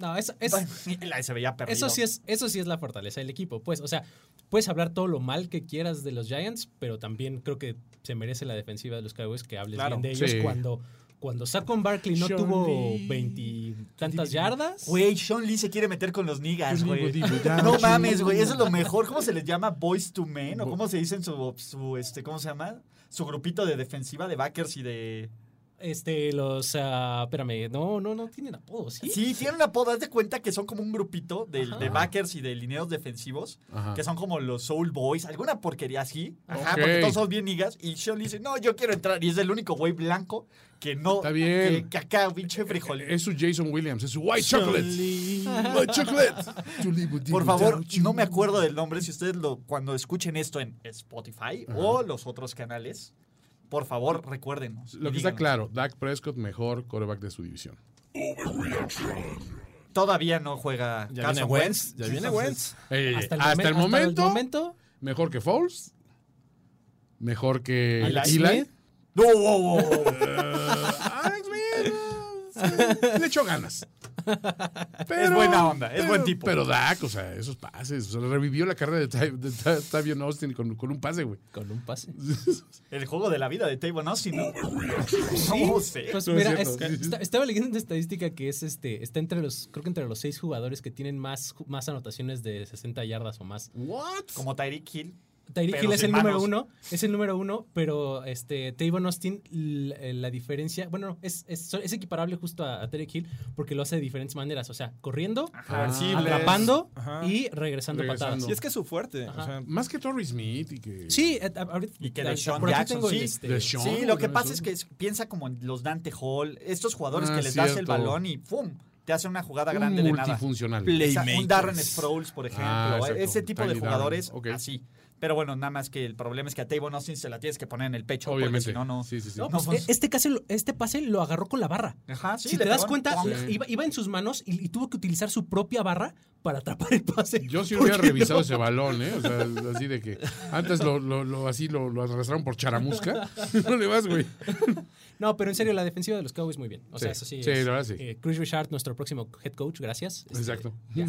S5: No, es, es-
S1: Ay, se veía perdido.
S5: eso, sí es, eso sí es la fortaleza del equipo. Pues, o sea, puedes hablar todo lo mal que quieras de los Giants, pero también creo que se merece la defensiva de los Cowboys que hables
S3: Claro,
S5: bien de ellos
S2: sí.
S5: cuando, cuando Saquon Barkley no
S2: Sean
S5: tuvo
S2: Lee.
S5: veintitantas yardas.
S1: Güey, Sean Lee se quiere meter con los niggas, güey.
S2: Dibu, dibu, da,
S1: pues No
S2: dibu.
S1: mames, güey, eso es lo mejor. ¿Cómo se les llama? Boys to Men o cómo se dice en su, su este, ¿cómo se llama? Su grupito de defensiva de backers y de
S5: Este, los. ah, espérame, no, no, no tienen apodo, ¿sí?
S1: Sí, tienen un apodo. Haz de cuenta que son como un grupito de,
S5: Ajá.
S1: de backers y de lineros defensivos,
S2: Ajá.
S1: que son como los Soul Boys, alguna porquería así. Ajá,
S2: Ok.
S1: porque todos son bien niggas. Y Sean Lee dice, no, yo quiero entrar. Y es el único güey blanco que no.
S2: Está bien.
S1: Que, que acá, pinche frijol.
S2: Es su Jason Williams, es su White Chocolate. White Chocolate. To live, dibu,
S1: Por favor,
S2: da, dibu.
S1: no me acuerdo del nombre. Si ustedes lo, cuando escuchen esto en Spotify o los otros canales, por favor, recuérdenos.
S2: Lo que
S1: Díganos.
S2: está claro, Dak Prescott, mejor coreback de su división.
S1: Todavía no juega
S3: Ya
S1: Carson
S3: viene Wentz. Ya viene
S1: Entonces,
S3: Wentz.
S2: Ey, ey, ey. Hasta, el,
S5: momen-
S2: momento,
S5: momento,
S2: mejor que Foles, mejor que
S1: Alex
S2: Eli.
S5: Smith.
S1: No, oh, oh, oh.
S2: Eh, Alex Smith, eh, sí, le echó ganas. Pero-
S1: Es buena onda, es
S2: pero-
S1: buen tipo.
S2: Pero Dak, o sea, esos pases. O sea, le revivió la carrera de, Ty- de Ty- Tavion Austin con, con un pase, güey.
S5: Con un pase.
S1: El juego de la vida de Tavon Austin, ¿no? No sé.
S5: Pues
S2: No es
S5: mira,
S2: cierto.
S5: es- está- estaba leyendo una estadística que es este, está entre los, creo que entre los seis jugadores que tienen más, ju- más anotaciones de 60 yardas o más.
S2: ¿What?
S1: Como Tyreek Hill.
S5: Tyreek
S1: Pero
S5: Hill es
S1: sin
S5: el número
S1: manos.
S5: uno, es el número uno, pero este Tavon Austin, l- eh, la, diferencia, bueno, no, es, es, es equiparable justo a, a Tyreek Hill porque lo hace de diferentes maneras, o sea, corriendo,
S3: Reversibles.
S5: atrapando
S3: Ah, Ajá.
S5: y regresando,
S2: Regresando.
S5: patadas.
S3: Sí, es que es su fuerte. o
S5: Ajá.
S3: sea,
S2: Más que Torrey Smith y que.
S5: Sí, eh, a- ahorita-
S1: Y que
S5: a-
S1: Deshaun
S5: por aquí
S1: Jackson,
S5: tengo el,
S1: sí.
S5: este,
S2: Deshaun,
S1: Sí,
S2: güey,
S1: lo que
S2: ¿no?
S1: pasa es
S2: Eso-
S1: que es- piensa como en los Dante Hall, estos jugadores
S2: Ah,
S1: que les das el
S2: cierto.
S1: balón y ¡pum! Te hace una jugada
S2: Un
S1: grande de nada.
S2: multifuncional.
S1: Esa-
S3: Playmakers.
S1: Un Darren Sproles, por ejemplo.
S2: Ah, exacto,
S1: ese tipo de
S2: Tiny Darren,
S1: jugadores
S2: ok.
S1: así. Pero bueno, nada más que el problema es que a Tavon Austin se la tienes que poner en el pecho
S2: Obviamente.
S1: porque si no, no.
S2: Sí, sí, sí.
S1: no
S5: pues,
S1: fun-
S5: eh, este, caso, lo- este pase lo agarró con la barra.
S1: Ajá, sí,
S5: si
S1: le
S5: te das
S1: pegó en-
S5: cuenta,
S1: ¡pum!
S5: iba, iba en sus manos y, y tuvo que utilizar su propia barra para atrapar el pase.
S2: Yo sí hubiera
S5: Porque
S2: revisado
S5: no-
S2: ese balón, ¿eh? O sea, así de que antes lo, lo, lo- así lo, lo arrastraron por charamusca. No le vas, güey.
S5: No, pero en serio, la defensiva de los Cowboys muy bien. O
S2: Sí,
S5: sea, eso sí.
S2: sí,
S5: es,
S2: la verdad sí.
S5: eh, Chris Richard, nuestro próximo head coach, gracias. Este, eh,
S2: Exacto.
S5: ya.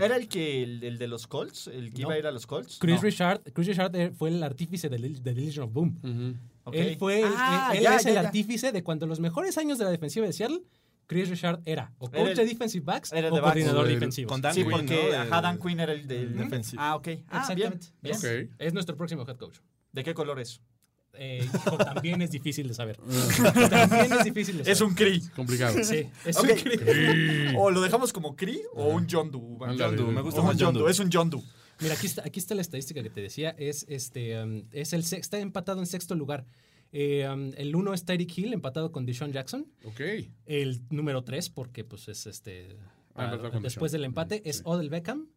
S1: ¿Era el que el, el de los Colts? ¿El que
S5: No.
S1: iba a ir a los Colts?
S5: Chris,
S1: No.
S5: Richard, Chris Richard eh, fue el artífice de, Lil- de Division of Boom.
S2: Ujú.
S1: Ok.
S5: Él fue el-
S1: Ah,
S5: él, él
S1: ya,
S5: es
S1: ya,
S5: el
S1: ya.
S5: artífice de cuando los mejores años de la defensiva de Seattle, Chris Richard era o
S1: Era
S5: coach
S1: el-
S5: de defensive backs
S1: era el
S5: o
S1: de backs.
S5: coordinador
S2: O el-
S5: defensivo.
S3: con Dan
S1: sí,
S3: Quinn,
S1: porque
S3: ¿no? De-
S1: ajá, Dan Quinn era el del
S3: Ujú. defensivo.
S1: Ah, ok. Ah, bien,
S5: Exactamente.
S1: bien.
S2: Ok.
S5: Es nuestro próximo head coach.
S1: ¿De qué color es?
S5: Eh, hijo, también es difícil de saber. también es difícil de saber.
S1: Es un Cree.
S2: Complicado.
S5: Sí, es
S1: Ok.
S5: un cri-
S1: O lo dejamos como Cree o un John Doe.
S2: Ándale.
S3: John Doe, me
S1: O
S3: gusta
S1: un
S3: más
S1: John
S3: John
S1: Doe,
S3: Doe.
S1: Es un John Doe.
S5: Mira, aquí está, aquí está la estadística que te decía. Es este um, es el sexto, está empatado en sexto lugar. Eh, um, el uno es Tyreek Hill, empatado con Deshaun Jackson.
S2: Ok.
S5: El número tres, porque pues es este
S2: Ah, empatado con
S5: después
S2: Deshaun.
S5: del empate, es
S2: Sí.
S5: Odell Beckham.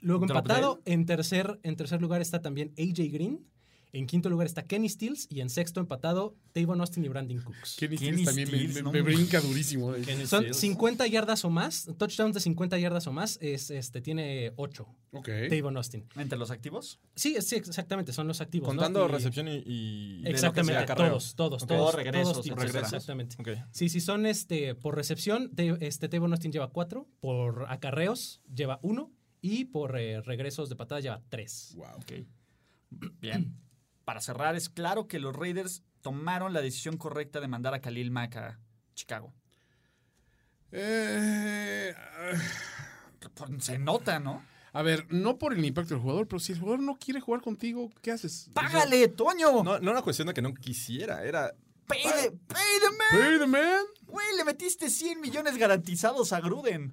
S5: Luego
S1: Drop
S5: empatado, en tercer, en tercer lugar está también AJ Green. En quinto lugar está Kenny Stills y en sexto empatado Tavon Austin y Brandon Cooks.
S2: Kenny
S1: Kenny
S2: Stills también me-
S1: Stills,
S2: me,
S1: no
S2: me
S1: mames.
S2: brinca durísimo. eh.
S3: Kenny
S5: Son
S3: Stills.
S5: 50 yardas o más, touchdowns de 50 yardas o más, es, este, tiene 8,
S2: Ok.
S5: Tavon Austin.
S1: ¿Entre los activos?
S5: Sí, sí, exactamente, son los activos. ¿no?
S3: Contando
S5: Y-
S3: recepción y, y- de lo que sea,
S5: Exactamente,
S3: acarreo.
S5: todos, todos,
S3: Ok.
S5: todos.
S1: Todos regresos,
S5: todos tipos,
S3: regresos.
S5: Exactamente.
S3: Ok.
S5: Sí, sí, son este, por recepción, te- este Tavon Austin lleva 4, por acarreos lleva 1 y por eh, regresos de patada lleva 3.
S2: Wow.
S1: Bien. Para cerrar, es claro que los Raiders tomaron la decisión correcta de mandar a Khalil Mack a Chicago.
S2: Eh,
S1: Pues, Se nota, ¿no?
S2: a ver, no por el impacto del jugador, pero si el jugador no quiere jugar contigo, ¿qué haces?
S1: ¡Págale, Toño!
S3: No, no era cuestión de que no quisiera, era.
S1: ¡Pay the- pay the man!
S2: Pay the man.
S1: Güey, le metiste 100 millones garantizados a Gruden.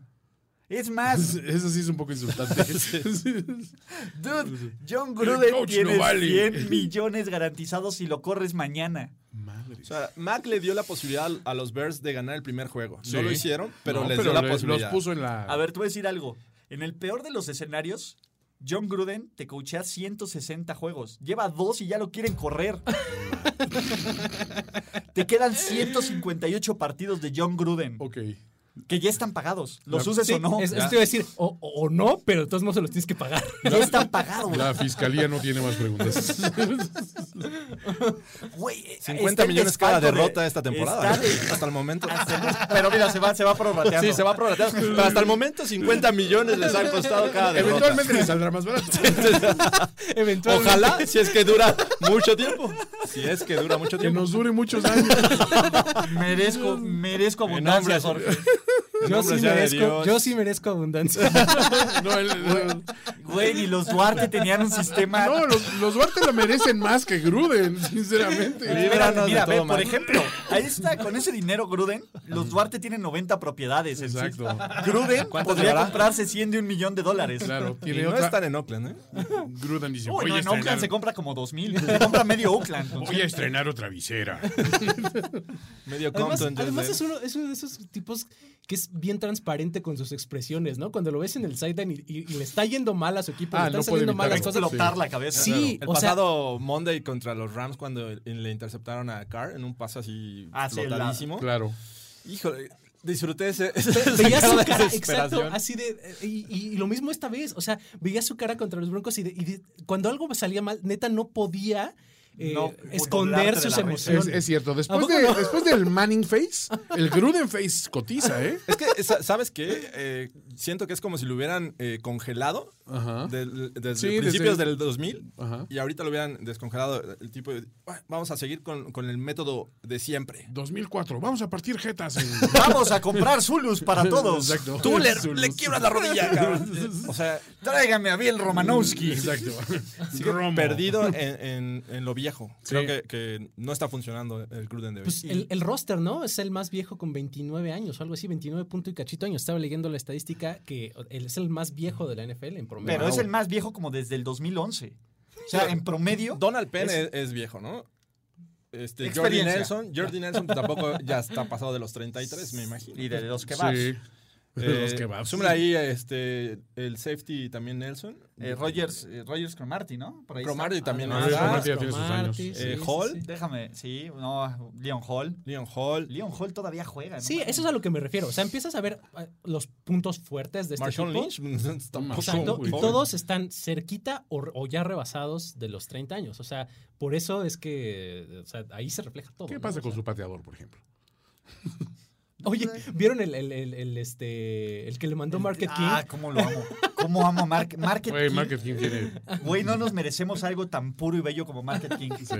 S1: Es más,
S2: Eso sí es un poco insultante.
S1: dude, John Gruden
S2: coach
S1: tiene
S2: no vale.
S1: 100 millones garantizados si lo corres mañana.
S2: Madre.
S3: O sea, Mac le dio la posibilidad a los Bears de ganar el primer juego.
S2: Sí.
S3: No lo hicieron, pero
S2: No,
S3: les dio la
S2: les-
S3: posibilidad.
S2: Los puso en la.
S1: A ver, te voy a decir algo. En el peor de los escenarios, John Gruden te coachea 160 juegos. Lleva dos y ya lo quieren correr. te quedan 158 partidos de John Gruden.
S2: Ok.
S1: Que ya están pagados. Los uses o no.
S5: es-
S1: ya
S5: eso te iba a decir, o, o- o no, pero de todos modos se los tienes que pagar.
S1: están pagados.
S2: La fiscalía no tiene más preguntas.
S1: Güey, eh,
S3: 50
S1: está el
S3: millones cada
S1: desfalco de-
S3: derrota esta temporada. ¿eh?
S1: está de-
S3: Hasta el momento.
S1: pero mira, se va, se va prorrateando.
S3: Sí, se va a prorratear. Pero hasta el momento 50 millones les han costado cada derrota.
S2: Eventualmente le saldrá más barato.
S5: Eventualmente.
S3: Ojalá, si es que dura mucho tiempo. Si es que dura mucho
S2: Que
S3: tiempo.
S2: nos dure muchos años.
S1: Merezco, merezco
S3: En
S1: abundancia,
S3: nombre-
S1: Jorge.
S3: en
S5: Yo
S3: nombre
S5: sí,
S3: sea de
S5: merezco,
S3: Dios.
S5: yo sí merezco abundancia.
S2: No, el- el-
S1: Güey, ni los Duarte tenían un sistema.
S2: no, los, los Duarte lo merecen más que Gruden, sinceramente.
S1: Espérate,
S3: Líbranos
S1: mira,
S3: de
S1: ve,
S3: todo
S1: por
S3: mal.
S1: ejemplo, ahí está, con ese dinero, Gruden, los Duarte tienen 90 propiedades. en sí.
S2: Exacto.
S1: Gruden
S3: ¿Cuántas
S1: podría
S3: llevará?
S1: comprarse 100 de un millón de dólares.
S2: Claro,
S3: Y
S2: tiene
S3: no
S2: otra.
S3: están en Oakland, ¿eh?
S2: Gruden dice:
S1: Uy,
S2: voy,
S1: no,
S2: a
S1: en Oakland
S2: estrenar,
S1: se compra como 2000. Se compra medio Oakland.
S2: voy a estrenar otra visera.
S3: Medio
S5: Además,
S3: Compton. yo
S5: además
S3: sé.
S5: es, uno, es uno de esos tipos que es bien transparente con sus expresiones, ¿no? Cuando lo ves en el sideline y, y- y le está yendo mal a su equipo,
S2: Ah,
S5: le están
S2: no puede
S5: saliendo mal
S2: evitar
S5: las
S2: eso.
S5: cosas.
S1: explotar la cabeza.
S5: Sí,
S3: El
S5: o sea,
S3: pasado Monday contra los Rams cuando el- le interceptaron a Carr en un paso así
S1: Ah, sí, el lado.
S3: flotadísimo.
S2: Claro.
S3: Híjole, disfruté ese,
S5: veía
S3: esa
S5: su
S3: cara de
S5: cara, exacto,
S3: desesperación.
S5: así de... eh, Y, y- y lo mismo esta vez, o sea, veía su cara contra los Broncos y, de- y de- cuando algo salía mal, neta no podía eh,
S1: No, doblarte
S5: esconder
S1: de
S5: sus
S1: la risa.
S5: emociones.
S2: Es, es cierto.
S5: ¿A
S2: Después,
S5: poco
S2: de,
S5: no?
S2: después del Manning Face, el Gruden Face cotiza, ¿eh?
S3: Es que, sa- ¿sabes qué? Eh, siento que es como si lo hubieran eh, congelado
S2: Ajá.
S3: del- desde
S2: Sí, desde-
S3: principios del 2000
S2: Ajá.
S3: y ahorita lo hubieran descongelado. El tipo, de, "Ah, vamos a seguir con, con el método de siempre.
S2: 2004. Vamos a partir jetas. en-
S1: Vamos a comprar Zulus para todos.
S2: Exacto.
S3: Tú le,
S2: Zulus.
S3: le quiebras la rodilla, cabrón. O sea,
S1: Tráigame a Bill Romanowski.
S2: Exacto.
S3: sigue
S2: Romo.
S3: perdido en, en- en lo viejo.
S2: Sí.
S3: Creo que, que no está funcionando el Gruden de hoy.
S5: Pues el, el roster, ¿no? Es el más viejo con 29 años o algo así, 29 punto y cachito años. Estaba leyendo la estadística que él es el más viejo de la NFL en promedio.
S1: Pero es el más viejo como desde el 2011. O sea, en promedio.
S3: Donald Penn es, es viejo, ¿no? Este, Jordi
S1: Experiencia.
S3: Nelson, Jordi Nelson pues, tampoco ya está pasado de los 33, me imagino.
S1: Y de los que vas. Eh,
S2: Sí. Los
S3: que
S2: kebabs.
S3: ahí este, el safety también Nelson.
S1: Eh, Rogers, eh, Rogers Cromarty, ¿no? Por ahí está.
S3: Cromarty también
S1: Ah,
S3: no
S1: sí,
S3: está.
S1: Cromarty.
S2: ya tiene sus años.
S3: Eh, Hall.
S5: Sí,
S1: Déjame, sí, no, Leon Hall.
S3: Leon Hall.
S1: Leon Hall todavía juega. ¿no?
S5: Sí, eso es a lo que me refiero. O sea, empiezas a ver eh, los puntos fuertes de este
S3: Marshawn
S5: equipo.
S3: Lynch.
S2: Tampoco,
S3: Pues,
S5: Exacto,
S2: güey.
S5: y todos están cerquita o, o ya rebasados de los 30 años. O sea, por eso es que o sea, ahí se refleja todo.
S2: ¿Qué
S5: ¿no?
S2: pasa
S5: O
S2: con
S5: sea,
S2: su pateador, por ejemplo?
S5: Oye, ¿vieron el, el- el- el, este, el que le mandó Market King?
S1: Ah, cómo lo amo. Cómo amo a Market, Market
S2: Güey,
S1: King.
S2: Market King tiene.
S1: Güey, no nos merecemos algo tan puro y bello como Market King.
S2: sí.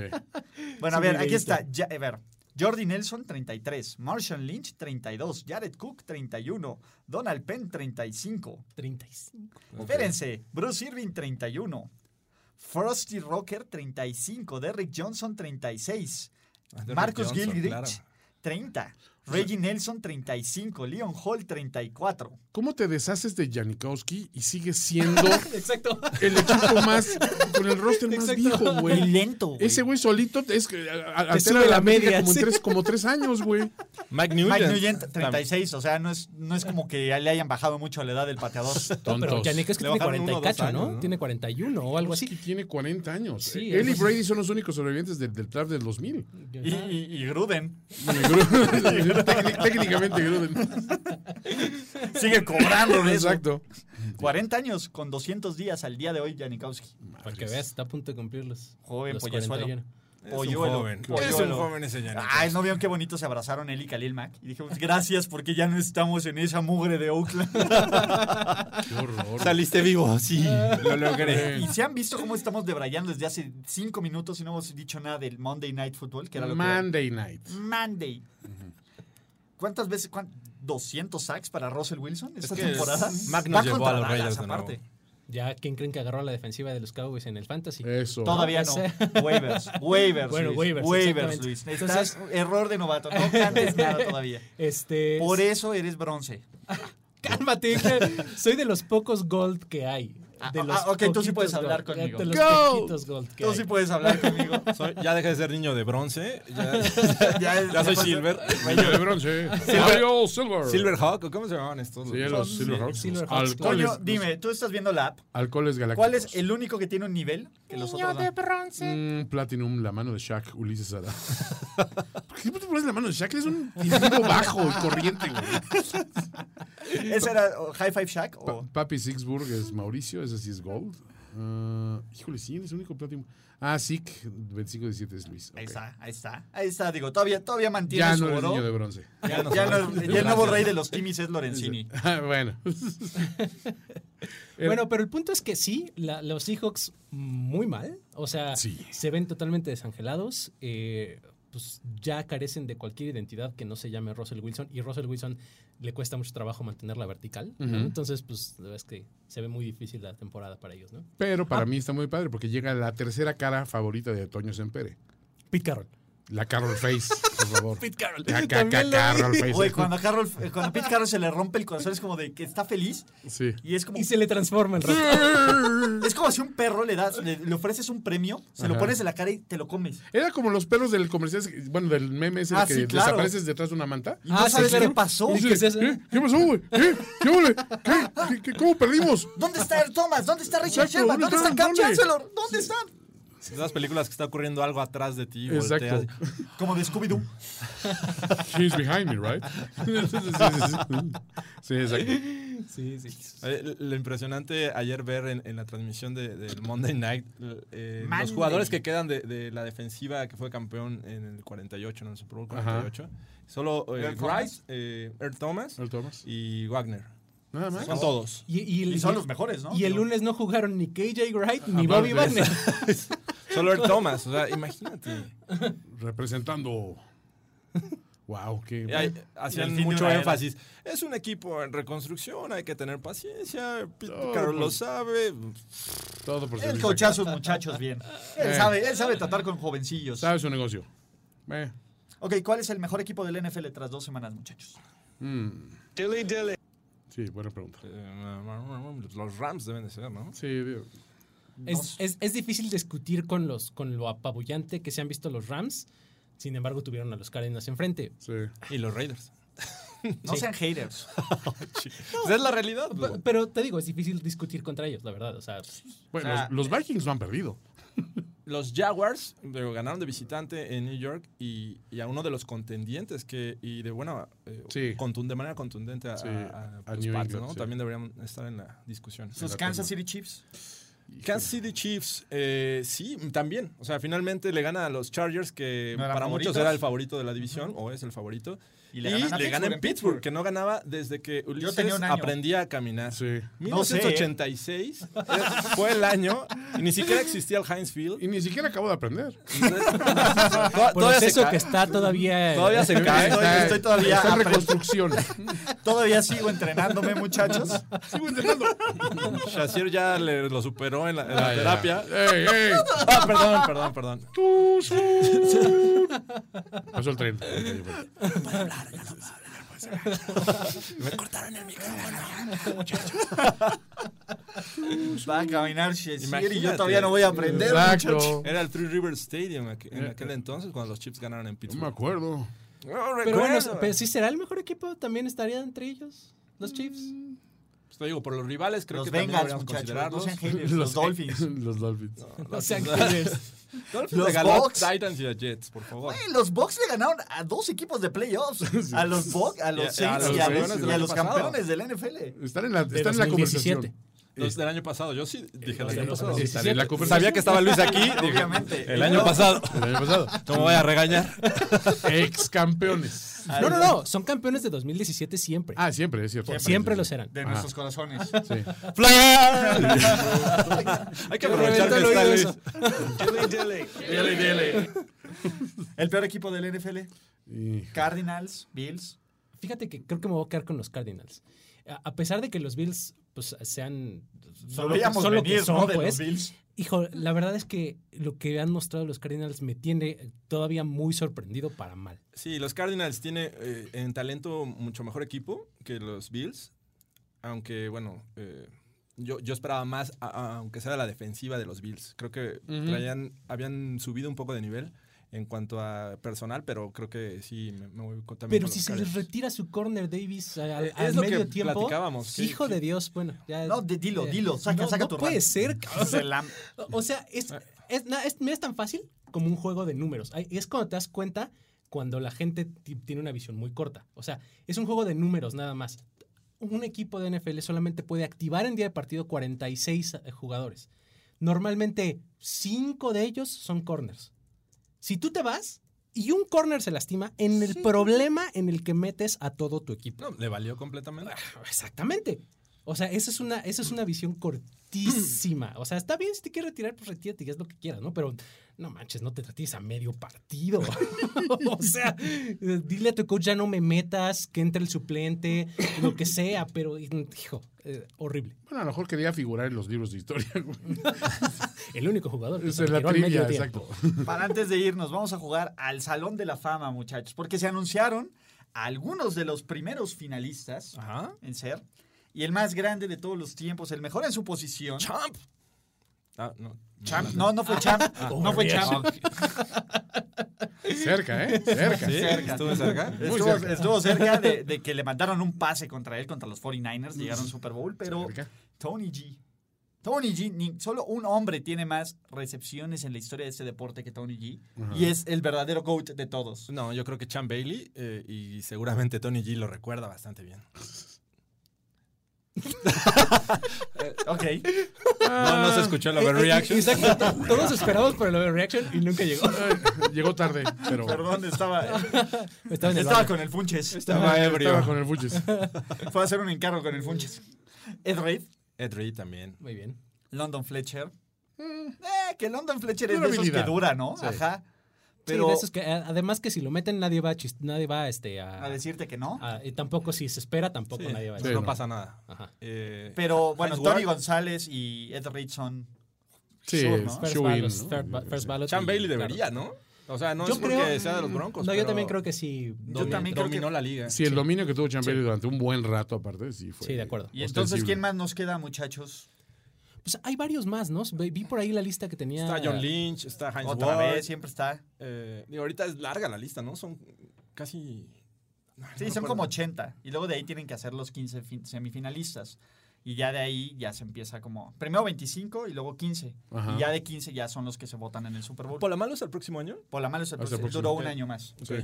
S1: Bueno, a
S5: Sí,
S1: ver,
S5: mi
S1: aquí
S5: dedito.
S1: está. Ya, a ver. Jordi Nelson, 33. Marshall Lynch, 32. Jared Cook, 31. Donald Penn, 35.
S5: 35.
S1: Espérense. Bruce Irving, 31. Frosty Rocker, 35. Derrick Johnson, 36. Marcus Gilchrist, 30. Reggie Nelson, 35. Leon Hall, 34.
S2: ¿Cómo te deshaces de Janikowski y sigues siendo
S5: Exacto.
S2: el equipo más. con el roster más
S5: Exacto.
S2: viejo,
S1: Muy
S2: güey?
S1: lento, güey.
S2: Pues, Ese güey solito es que a- a- altera
S5: sube
S2: la
S5: la
S2: media,
S5: media,
S2: como, en
S5: sí.
S2: tres, como tres años, güey.
S3: Mike Nugent.
S1: Mike Nugent, 36. O sea, no es, no es como que le hayan bajado mucho a la edad del pateador.
S5: No, pero
S2: Tontos.
S5: Yannick es que
S3: Le
S5: tiene
S3: bajaron
S5: 40 y
S3: uno o dos
S5: cacho, ¿no?
S3: años, ¿no?
S5: Tiene 41 o algo
S2: Es
S5: así.
S2: que tiene 40 años.
S5: Sí,
S2: Él y
S5: además-
S2: Brady son los únicos sobrevivientes del, del draft del 2000.
S1: Y, y- y Gruden
S2: Técnic- Técnicamente, Gruden.
S1: sigue cobrando de eso.
S2: Exacto.
S1: 40 años con 200 días al día de hoy, Janikowski.
S5: Para que veas, está a punto de cumplirlos.
S1: Joven
S5: los
S1: pollezuelo.
S5: 41.
S1: Polluelo,
S3: Es un
S1: polluelo.
S3: joven Ah, ese Yannick.
S1: Ay, ¿no vieron qué bonito se abrazaron él y Khalil Mack? Y dije, pues, gracias porque ya no estamos en esa mugre de Oakland.
S2: Qué horror.
S3: Saliste vivo, sí. Lo logré.
S1: y se han visto cómo estamos debrayando desde hace 5 minutos y no hemos dicho nada del Monday Night Football, que era lo
S2: Monday night.
S1: que... era. Mm. Monday. ¿Cuántas veces? cuán- ¿200 sacks para Russell Wilson esta
S3: que
S1: temporada?
S3: Mack nos
S1: Va
S3: llevó
S1: contra
S3: a los
S1: Dallas,
S3: Raiders de nuevo.
S1: aparte.
S5: Ya, ¿quién creen que agarró a la defensiva de los Cowboys en el Fantasy?
S2: Eso.
S1: Todavía no.
S5: Ese.
S1: Waivers, waivers,
S5: Bueno,
S1: Luis.
S5: waivers,
S1: Waivers,
S5: exactamente.
S1: Luis.
S5: Entonces-
S1: Estás error de novato. No cantes nada todavía.
S5: Este.
S1: Por eso eres bronce.
S5: Cálmate, que soy de los pocos gold que hay. de los
S1: ah, ok, tú sí
S5: Coquitos
S1: puedes hablar
S5: Gold,
S1: conmigo.
S5: De los
S2: Go.
S5: Coquitos Gold. que
S1: Tú
S5: hay.
S1: sí puedes hablar conmigo.
S3: Soy- ya dejé de ser niño de bronce. Ya,
S1: Ya,
S3: ya soy
S1: pasó.
S3: Silver.
S2: Niño de bronce. Mario Silver.
S3: Silverhawk, ¿o ¿cómo se llamaban estos?
S2: Sí, los Silverhawks.
S5: Silver
S2: los
S5: Hawks,
S2: Alcoholes.
S1: Toño, dime, tú estás viendo la app.
S2: Alcoholes galácticos.
S1: ¿Cuál es el único que tiene un nivel que los otros no?
S2: Mm, Platinum, la mano de Shaq, Ulises Sada. ¿Por qué te pones la mano de Shaq? Es un individuo bajo y corriente, güey.
S1: ¿Ese era o, High Five Shack
S2: Pa-
S1: o
S2: Papi Sixburg es Mauricio, ese sí es Gold. Ah, híjole, sí, es el único Platinum. Ah, Sick, 25-17 es Luis. ok.
S1: Ahí está, ahí está. Ahí está, digo, todavía todavía mantiene
S2: Ya
S1: su
S2: no eres
S1: oro.
S2: niño de bronce.
S1: Ya, no- ya el nuevo rey de los Kimis es Lorenzini.
S2: Ah, bueno.
S1: Eh.
S5: Bueno, pero el punto es que sí, la- los Seahawks muy mal. O sea,
S2: Sí.
S5: se ven totalmente desangelados. eh, pues ya carecen de cualquier identidad que no se llame Russell Wilson. Y Russell Wilson le cuesta mucho trabajo mantenerla vertical. ¿no?
S2: Ujú.
S5: Entonces, pues la verdad es que se ve muy difícil la temporada para ellos, ¿no?
S2: Pero para mí está muy padre porque llega la tercera cara favorita de Toño Sempere.
S5: Pete Carroll.
S2: La Carol Face, por favor.
S5: Pete Carroll.
S2: La ca-
S5: También
S2: ca-
S5: lo
S2: Carol
S5: vi.
S2: Face.
S1: Güey, cuando, a Carroll- eh, cuando a Pete Carroll se le rompe el corazón es como de que está feliz
S2: Sí.
S1: y es como...
S5: Y se le transforma el
S1: Ah,
S5: rato.
S1: Es como si un perro le das, le, le ofreces un premio, se lo
S2: Ajá.
S1: pones en la cara y te lo comes.
S2: Era como los perros del comercial, bueno, del meme ese
S1: Ah,
S2: que
S1: sí, claro. Ah,
S2: desapareces detrás de una manta.
S1: Y no
S5: Ah, sí,
S1: sabes
S5: claro.
S1: qué pasó.
S5: Y
S2: Sí,
S5: que se hace-
S2: ¿Qué? ¿Qué pasó, güey? ¿Qué? ¿Qué, ole? ¿Qué? ¿Qué- qué- ¿Cómo perdimos?
S1: ¿Dónde está el Thomas? ¿Dónde está Richard
S2: Exacto,
S1: Sherman?
S2: ¿dónde
S1: ¿Dónde está
S2: están?
S1: Cam
S2: ¿Dónde?
S1: Chancellor? ¿Dónde están?
S3: Esas películas que está ocurriendo algo atrás de ti.
S2: Exacto.
S3: volteas.
S1: Como de Scooby-Doo.
S2: She's behind me, right? sí, exacto.
S5: Sí, sí.
S3: Eh, Lo impresionante ayer ver en, en la transmisión de- del Monday Night eh, los
S1: Monday.
S3: jugadores que quedan de, de la defensiva que fue campeón en el 48, en el Super Bowl 48. Solo eh,
S1: Earl Thomas.
S3: Rice, eh, Earl Thomas
S2: Earl Thomas.
S3: y Wagner.
S2: Nada más.
S3: Son todos.
S5: Y, y el,
S1: Y son los mejores, ¿no?
S5: y el lunes no jugaron ni KJ Wright ni Bobby
S2: Aparte de
S5: Wagner.
S3: Solo Earl Thomas, o sea, imagínate.
S2: Representando. Wow, qué.
S3: Eh, hay-
S1: fin
S3: hacían
S1: de
S3: mucho
S1: una era.
S3: énfasis. Es un equipo en reconstrucción, hay que tener paciencia. Pete
S2: Todo
S3: Carroll lo
S2: por-
S3: sabe.
S2: Todo por
S1: Él
S2: servicio.
S1: coachea a sus muchachos bien. Él sabe, él sabe tratar con jovencillos.
S2: Eh. Sabe su negocio. Eh,
S1: Ok, ¿cuál es el mejor equipo del NFL tras dos semanas, muchachos?
S2: sí, buena pregunta.
S3: Eh, Los Rams deben de ser, ¿no?
S2: Sí, digo,
S5: Es, es- es difícil discutir con, los, con lo apabullante que se han visto los Rams. Sin embargo, tuvieron a los Cardinals enfrente.
S2: sí.
S3: Y los Raiders.
S1: No sean haters.
S3: Pues es la realidad. pues,
S5: Pe- Pero te digo, es difícil discutir contra ellos, la verdad. O sea,
S2: Bueno,
S1: O sea,
S2: los, los Vikings no han perdido.
S3: Los Jaguars digo, ganaron de visitante en New York y, y a uno de los contendientes que y de buena eh,
S2: Sí.
S3: contun- de manera contundente a,
S2: Sí,
S3: a- a
S2: a
S3: los
S2: New
S3: Pats,
S2: England,
S3: ¿no?
S2: sí.
S3: También deberían estar en la discusión.
S1: Sus Kansas City Chiefs.
S3: Kansas City Chiefs, eh, sí, también. O sea, finalmente le gana a los Chargers, que
S1: ¿No eran
S3: para muchos
S1: favoritos?
S3: era el favorito de la división, o es el favorito. Y le,
S1: ganan a
S3: gana en
S1: Pittsburgh, en Pittsburgh.
S3: Pittsburgh, que no ganaba desde que Ulises
S1: tenía un año.
S3: aprendía a caminar.
S2: Sí.
S1: No sé, ¿eh?
S3: 1986 fue el año y ni siquiera existía el Heinz Field.
S2: Y ni siquiera acabo de aprender.
S3: Tod- todavía se
S5: proceso
S3: cae.
S5: que está todavía.
S3: Todavía se cae.
S1: Estoy- estoy todavía
S2: Está en
S1: aprend-
S2: reconstrucción.
S1: Todavía sigo entrenándome, muchachos.
S2: Sigo intentando.
S3: Shazir ya le- lo superó en la, en la
S2: Ay,
S3: terapia.
S2: Ah, ¡Ey, ey!
S3: Ah, perdón, perdón, perdón.
S2: Pasó el tren.
S1: Pues Va a caminar Shazir y yo
S3: Imagínate.
S1: todavía no voy a aprender, muchachos.
S2: Exacto.
S3: Era el Three River Stadium aqu- en aquel entonces cuando los Chiefs ganaron en
S2: Eh, No me
S3: Pittsburgh.
S2: acuerdo.
S3: No
S5: Pero bueno,
S3: recuerdo.
S5: pero sí será el mejor equipo. También estaría entre ellos, los Chiefs.
S3: Pues te digo, por los rivales creo
S1: Los
S3: que también
S1: Bengals,
S3: deberíamos
S1: muchachos. No
S3: considerarlos.
S1: sean haters. Los Dolphins.
S2: Los Dolphins.
S5: O sea, que-
S3: Dolphins
S1: Los
S3: le ganó a
S1: Bucks.
S3: Titans y a Jets, por favor.
S1: Güey, Los Bucks le ganaron a dos equipos de playoffs. A los Bucks, a los
S3: Y a- a
S1: Saints y
S3: los
S1: a
S3: campeones
S1: los,
S3: del
S1: y a
S3: año
S1: los
S3: pasado.
S1: campeones del NFL.
S2: Están en la,
S5: de
S2: están en la conversación.
S5: 2017.
S3: Los del año pasado, yo sí dije el año
S5: Los
S3: pasado.
S5: del
S2: Están en la
S5: 17.
S2: conversación.
S3: Sabía que estaba Luis aquí. dije,
S1: Obviamente.
S3: El año pasado.
S2: El año pasado.
S3: ¿Cómo voy a regañar?
S2: Ex campeones.
S5: No, no, no. Son campeones de 2017 siempre.
S2: Ah, siempre, es cierto.
S5: Siempre lo serán.
S1: De
S2: Ajá.
S1: nuestros corazones.
S2: Sí.
S3: Hay que
S5: Yo
S3: aprovechar que
S5: reventé el
S3: está
S5: oído
S3: Luis.
S5: eso.
S1: El peor equipo del NFL.
S2: Y-
S1: Cardinals, Bills.
S5: Fíjate que creo que me voy a quedar con los Cardinals. A a pesar de que los Bills pues, sean.
S1: Lo
S5: Son lo que-
S1: veíamos
S5: son lo
S1: venir,
S5: que son,
S1: ¿no? De los
S5: pues.
S1: Bills.
S5: Hijo, la verdad es que lo que han mostrado los Cardinals me tiene todavía muy sorprendido para mal.
S3: Sí, los Cardinals tiene eh, en talento mucho mejor equipo que los Bills. Aunque, bueno, eh, yo, yo esperaba más, a- a- aunque sea de la defensiva de los Bills. Creo que traían, habían subido un poco de nivel en cuanto a personal, pero creo que sí me, me voy con- también
S5: Pero
S3: con
S5: si
S3: los
S5: se les
S3: Cardinals.
S5: retira su corner Davis a- al,
S3: Eh,
S5: al
S3: es lo que
S5: medio tiempo.
S3: platicábamos, que-
S5: hijo
S3: que-
S5: de Dios, bueno. ya-
S1: No, de- dilo,
S5: eh,
S1: dilo, saca,
S5: no,
S1: saca
S5: no
S1: tu
S5: puede
S1: rant.
S5: ser. cabrón.
S1: Se la-
S5: O sea, es, es, na- es- mira, es tan fácil como un juego de números. Ay, Es cuando te das cuenta cuando la gente ti- tiene una visión muy corta. O sea, es un juego de números nada más. Un equipo de NFL solamente puede activar en día de partido 46 eh, jugadores. Normalmente 5 de ellos son corners. Si tú te vas y un corner se lastima, en el problema en el que metes a todo tu equipo.
S3: No, le valió completamente.
S5: Ah, Exactamente. O sea, esa es una, esa es una visión cortísima. O sea, está bien si te quieres retirar, pues retírate y haz lo que quieras, ¿no? Pero no manches, no te retires a medio partido. o sea, eh, dile a tu coach, ya no me metas, que entre el suplente, lo que sea, pero hijo, eh, horrible.
S2: Bueno, a lo mejor quería figurar en los libros de historia. güey.
S5: El único jugador que
S2: Esa
S5: se
S2: es la
S5: retiró al
S2: trivia,
S5: medio tiempo.
S2: exacto.
S1: Para antes de irnos, vamos a jugar al Salón de la Fama, muchachos, porque se anunciaron algunos de los primeros finalistas
S3: Ajá.
S1: en ser. Y el más grande de todos los tiempos, el mejor en su posición.
S3: Champ. Ah, no.
S1: Champ. No, no fue Champ. No fue Champ.
S2: Cerca, ¿eh? Cerca.
S3: Sí, estuve cerca.
S1: Estuvo
S2: cerca.
S1: cerca, estuvo cerca de, de que le mandaron un pase contra él, contra los 49ers, llegaron al Super Bowl, pero
S2: Cerca.
S1: Tony G. Tony G, ni- solo un hombre tiene más recepciones en la historia de este deporte que Tony G. Y es el verdadero GOAT de todos.
S3: No, yo creo que Champ Bailey eh, y seguramente Tony G lo recuerda bastante bien.
S1: Ok.
S5: Ah.
S3: No, no se escuchó la overreaction.
S5: Eh, Exacto. Todos esperamos por el overreaction y nunca llegó.
S2: Llegó tarde, pero.
S1: Perdón, estaba,
S5: Estaba en el
S1: estaba
S5: baño.
S1: con el Funches.
S3: Estaba
S2: Estaba
S3: ebrio.
S2: con el Fuchis.
S1: Fue a hacer un encargo con el Funches. Ed Reed,
S3: Ed Reed también.
S5: Muy bien.
S1: London Fletcher. Eh, que London Fletcher es de esos que
S2: Durabilidad.
S1: dura, ¿no? Ajá.
S5: Pero
S1: Pero
S5: además que si lo meten nadie va a, chis- nadie va este,
S1: a decirte que no.
S5: Ah, y tampoco si se espera, tampoco
S3: Sí,
S5: Pues nadie va a
S3: no,
S5: decir.
S2: no.
S3: pasa nada.
S5: Ajá.
S3: Eh,
S1: Pero bueno,
S3: Heinz
S1: Tony
S3: Ward.
S1: González y Ed Reed son
S2: Sí,
S1: Sure,
S2: es
S1: ¿no?
S5: First
S2: shoe-in,
S5: ballot,
S2: ¿no?
S5: third ba- first ballot
S3: Chan
S5: y-
S3: Bailey
S5: claro.
S3: debería, ¿no? O sea, no
S5: Yo
S3: es porque
S5: creo-
S3: sea de los Broncos.
S5: No, yo
S3: pero
S5: también creo que sí.
S3: domi-
S1: también creo que-
S3: dominó la liga.
S2: Sí, el dominio que tuvo Chamberlain durante un buen rato, aparte, sí fue.
S5: Sí, de acuerdo.
S1: Y entonces,
S2: ostensible.
S1: ¿quién más nos queda, muchachos?
S5: Pues hay varios más, ¿no? Ve- Vi por ahí la lista que tenía.
S3: Está John Lynch, está Heinz
S1: Otra
S3: Ward.
S1: vez, siempre está.
S3: eh, digo, ahorita es larga la lista, ¿no? Son casi. Ah,
S1: Sí, son
S3: no recuerdo.
S1: como 80. Y luego de ahí tienen que hacer los 15 fin- semifinalistas. Y ya de ahí ya se empieza como. Primero 25 y luego 15.
S2: Ajá.
S1: Y ya de 15 ya son los que se votan en el Super Bowl. Por,
S3: ¿Polamalo es el próximo año?
S1: la mala es el
S2: Hasta el
S1: próximo.
S2: próximo.
S1: Duró un
S3: Ok.
S1: año más.
S2: Sí.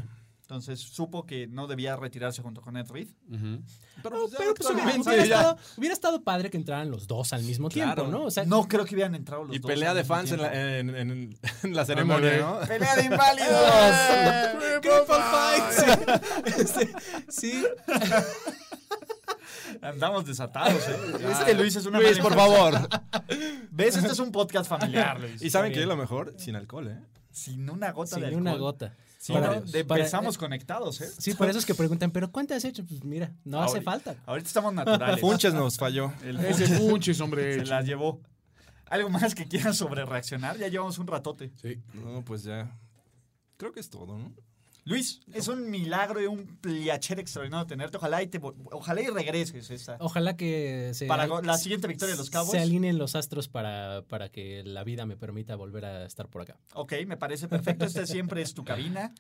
S1: Entonces supo que no debía retirarse junto con Ed Reed.
S2: Ujú.
S5: No,
S3: ya
S5: pero pues, hubiera,
S3: actualmente
S5: hubiera
S3: ya-
S5: estado, hubiera estado padre que entraran los dos al mismo
S3: Claro.
S5: tiempo, ¿no? O sea,
S1: No creo que hubieran entrado los
S3: Y
S1: dos
S3: pelea
S1: al
S3: de
S1: mismo
S3: fans en la,
S1: tiempo.
S3: en- en- en la ceremonia, ¿no?
S2: Ándale.
S1: ¡Pelea de inválidos!
S5: Cripple Fight. Sí. Sí.
S1: Andamos desatados, ¿eh? Este Luis es una
S3: Luis,
S1: mala
S3: por
S1: influencia.
S3: favor.
S1: ¿Ves? Este es un podcast familiar, Luis.
S3: ¿Y saben
S5: Está
S3: qué es
S5: bien.
S3: lo mejor? Sin alcohol, ¿eh?
S1: Sin una gota
S5: Sin
S1: de alcohol.
S5: una gota.
S1: Sí,
S5: Para-
S1: ¿no? De-
S5: para-
S1: empezamos conectados, ¿eh?
S5: Sí, por eso es que preguntan, ¿pero cuántas has hecho? Pues mira, no
S3: Ah,
S5: hace
S1: Ahorita-
S5: falta.
S1: Ahorita estamos naturales.
S3: Funches nos falló.
S1: El
S2: Ese
S1: Funches
S2: Fuchis, hombre.
S1: se las llevó. ¿Algo más que quieran sobre reaccionar? Ya llevamos un ratote.
S2: Sí.
S3: No, pues ya. Creo que es todo, ¿no?
S1: Luis, es un milagro y un placer extraordinario tenerte. Ojalá y, te, vo- ojalá y regreses esta.
S5: Ojalá que se.
S1: Para go- la siguiente victoria de los Cabos.
S5: Se alineen los astros para, para que la vida me permita volver a estar por acá.
S1: Ok, me parece perfecto. Esta siempre es tu cabina.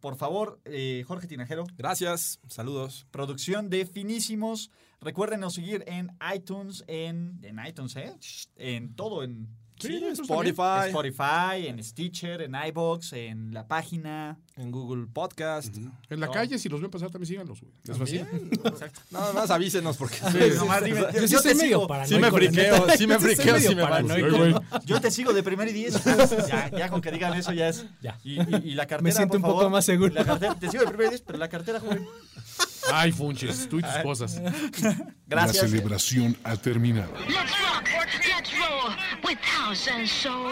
S1: Por favor, eh, Jorge Tinajero,
S3: Gracias. Saludos.
S1: producción de Finísimos. Recuérdenos seguir en iTunes, en, en iTunes, ¿eh? En todo, en
S3: Sí,
S2: en
S3: Spotify,
S1: Spotify, en Stitcher, en iBox, en la página.
S3: en Google Podcast.
S2: En la calle, si los ven pasar, también síganlos, güey. Les fascina.
S3: Nada más avísenos porque
S1: Nomás dime,
S5: Yo,
S1: yo
S5: sí soy
S1: te
S5: medio
S1: sigo.
S5: paranoico.
S3: sí me
S5: la
S3: friqueo,
S5: neta.
S3: sí me
S5: soy
S3: friqueo,
S5: medio
S3: sí me
S5: paranoico.
S2: Ay, güey.
S1: Yo te sigo de primer y diez. Ya, ya con que digan eso ya es.
S5: Ya.
S1: Y, y- y la cartera.
S5: Me siento
S1: por
S5: un poco
S1: favor.
S5: más seguro.
S1: La cartera, te sigo de primer y diez, pero la cartera, joven.
S2: Ay, Funches, tú y tus cosas.
S4: La
S1: Gracias.
S4: celebración ha terminado.
S6: Let's rock, let's roll with house and soul.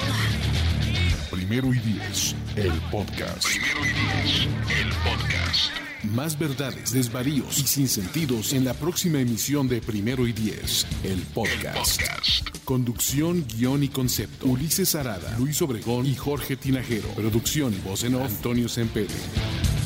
S4: Primero y diez, el podcast. Primero y diez, el podcast. Más verdades, desvaríos y sinsentidos en la próxima emisión de Primero y diez, el podcast. Conducción, guión y concepto. Ulises Arada, Luis Obregón y Jorge Tinajero. Producción y voz en off, Antonio Sempere.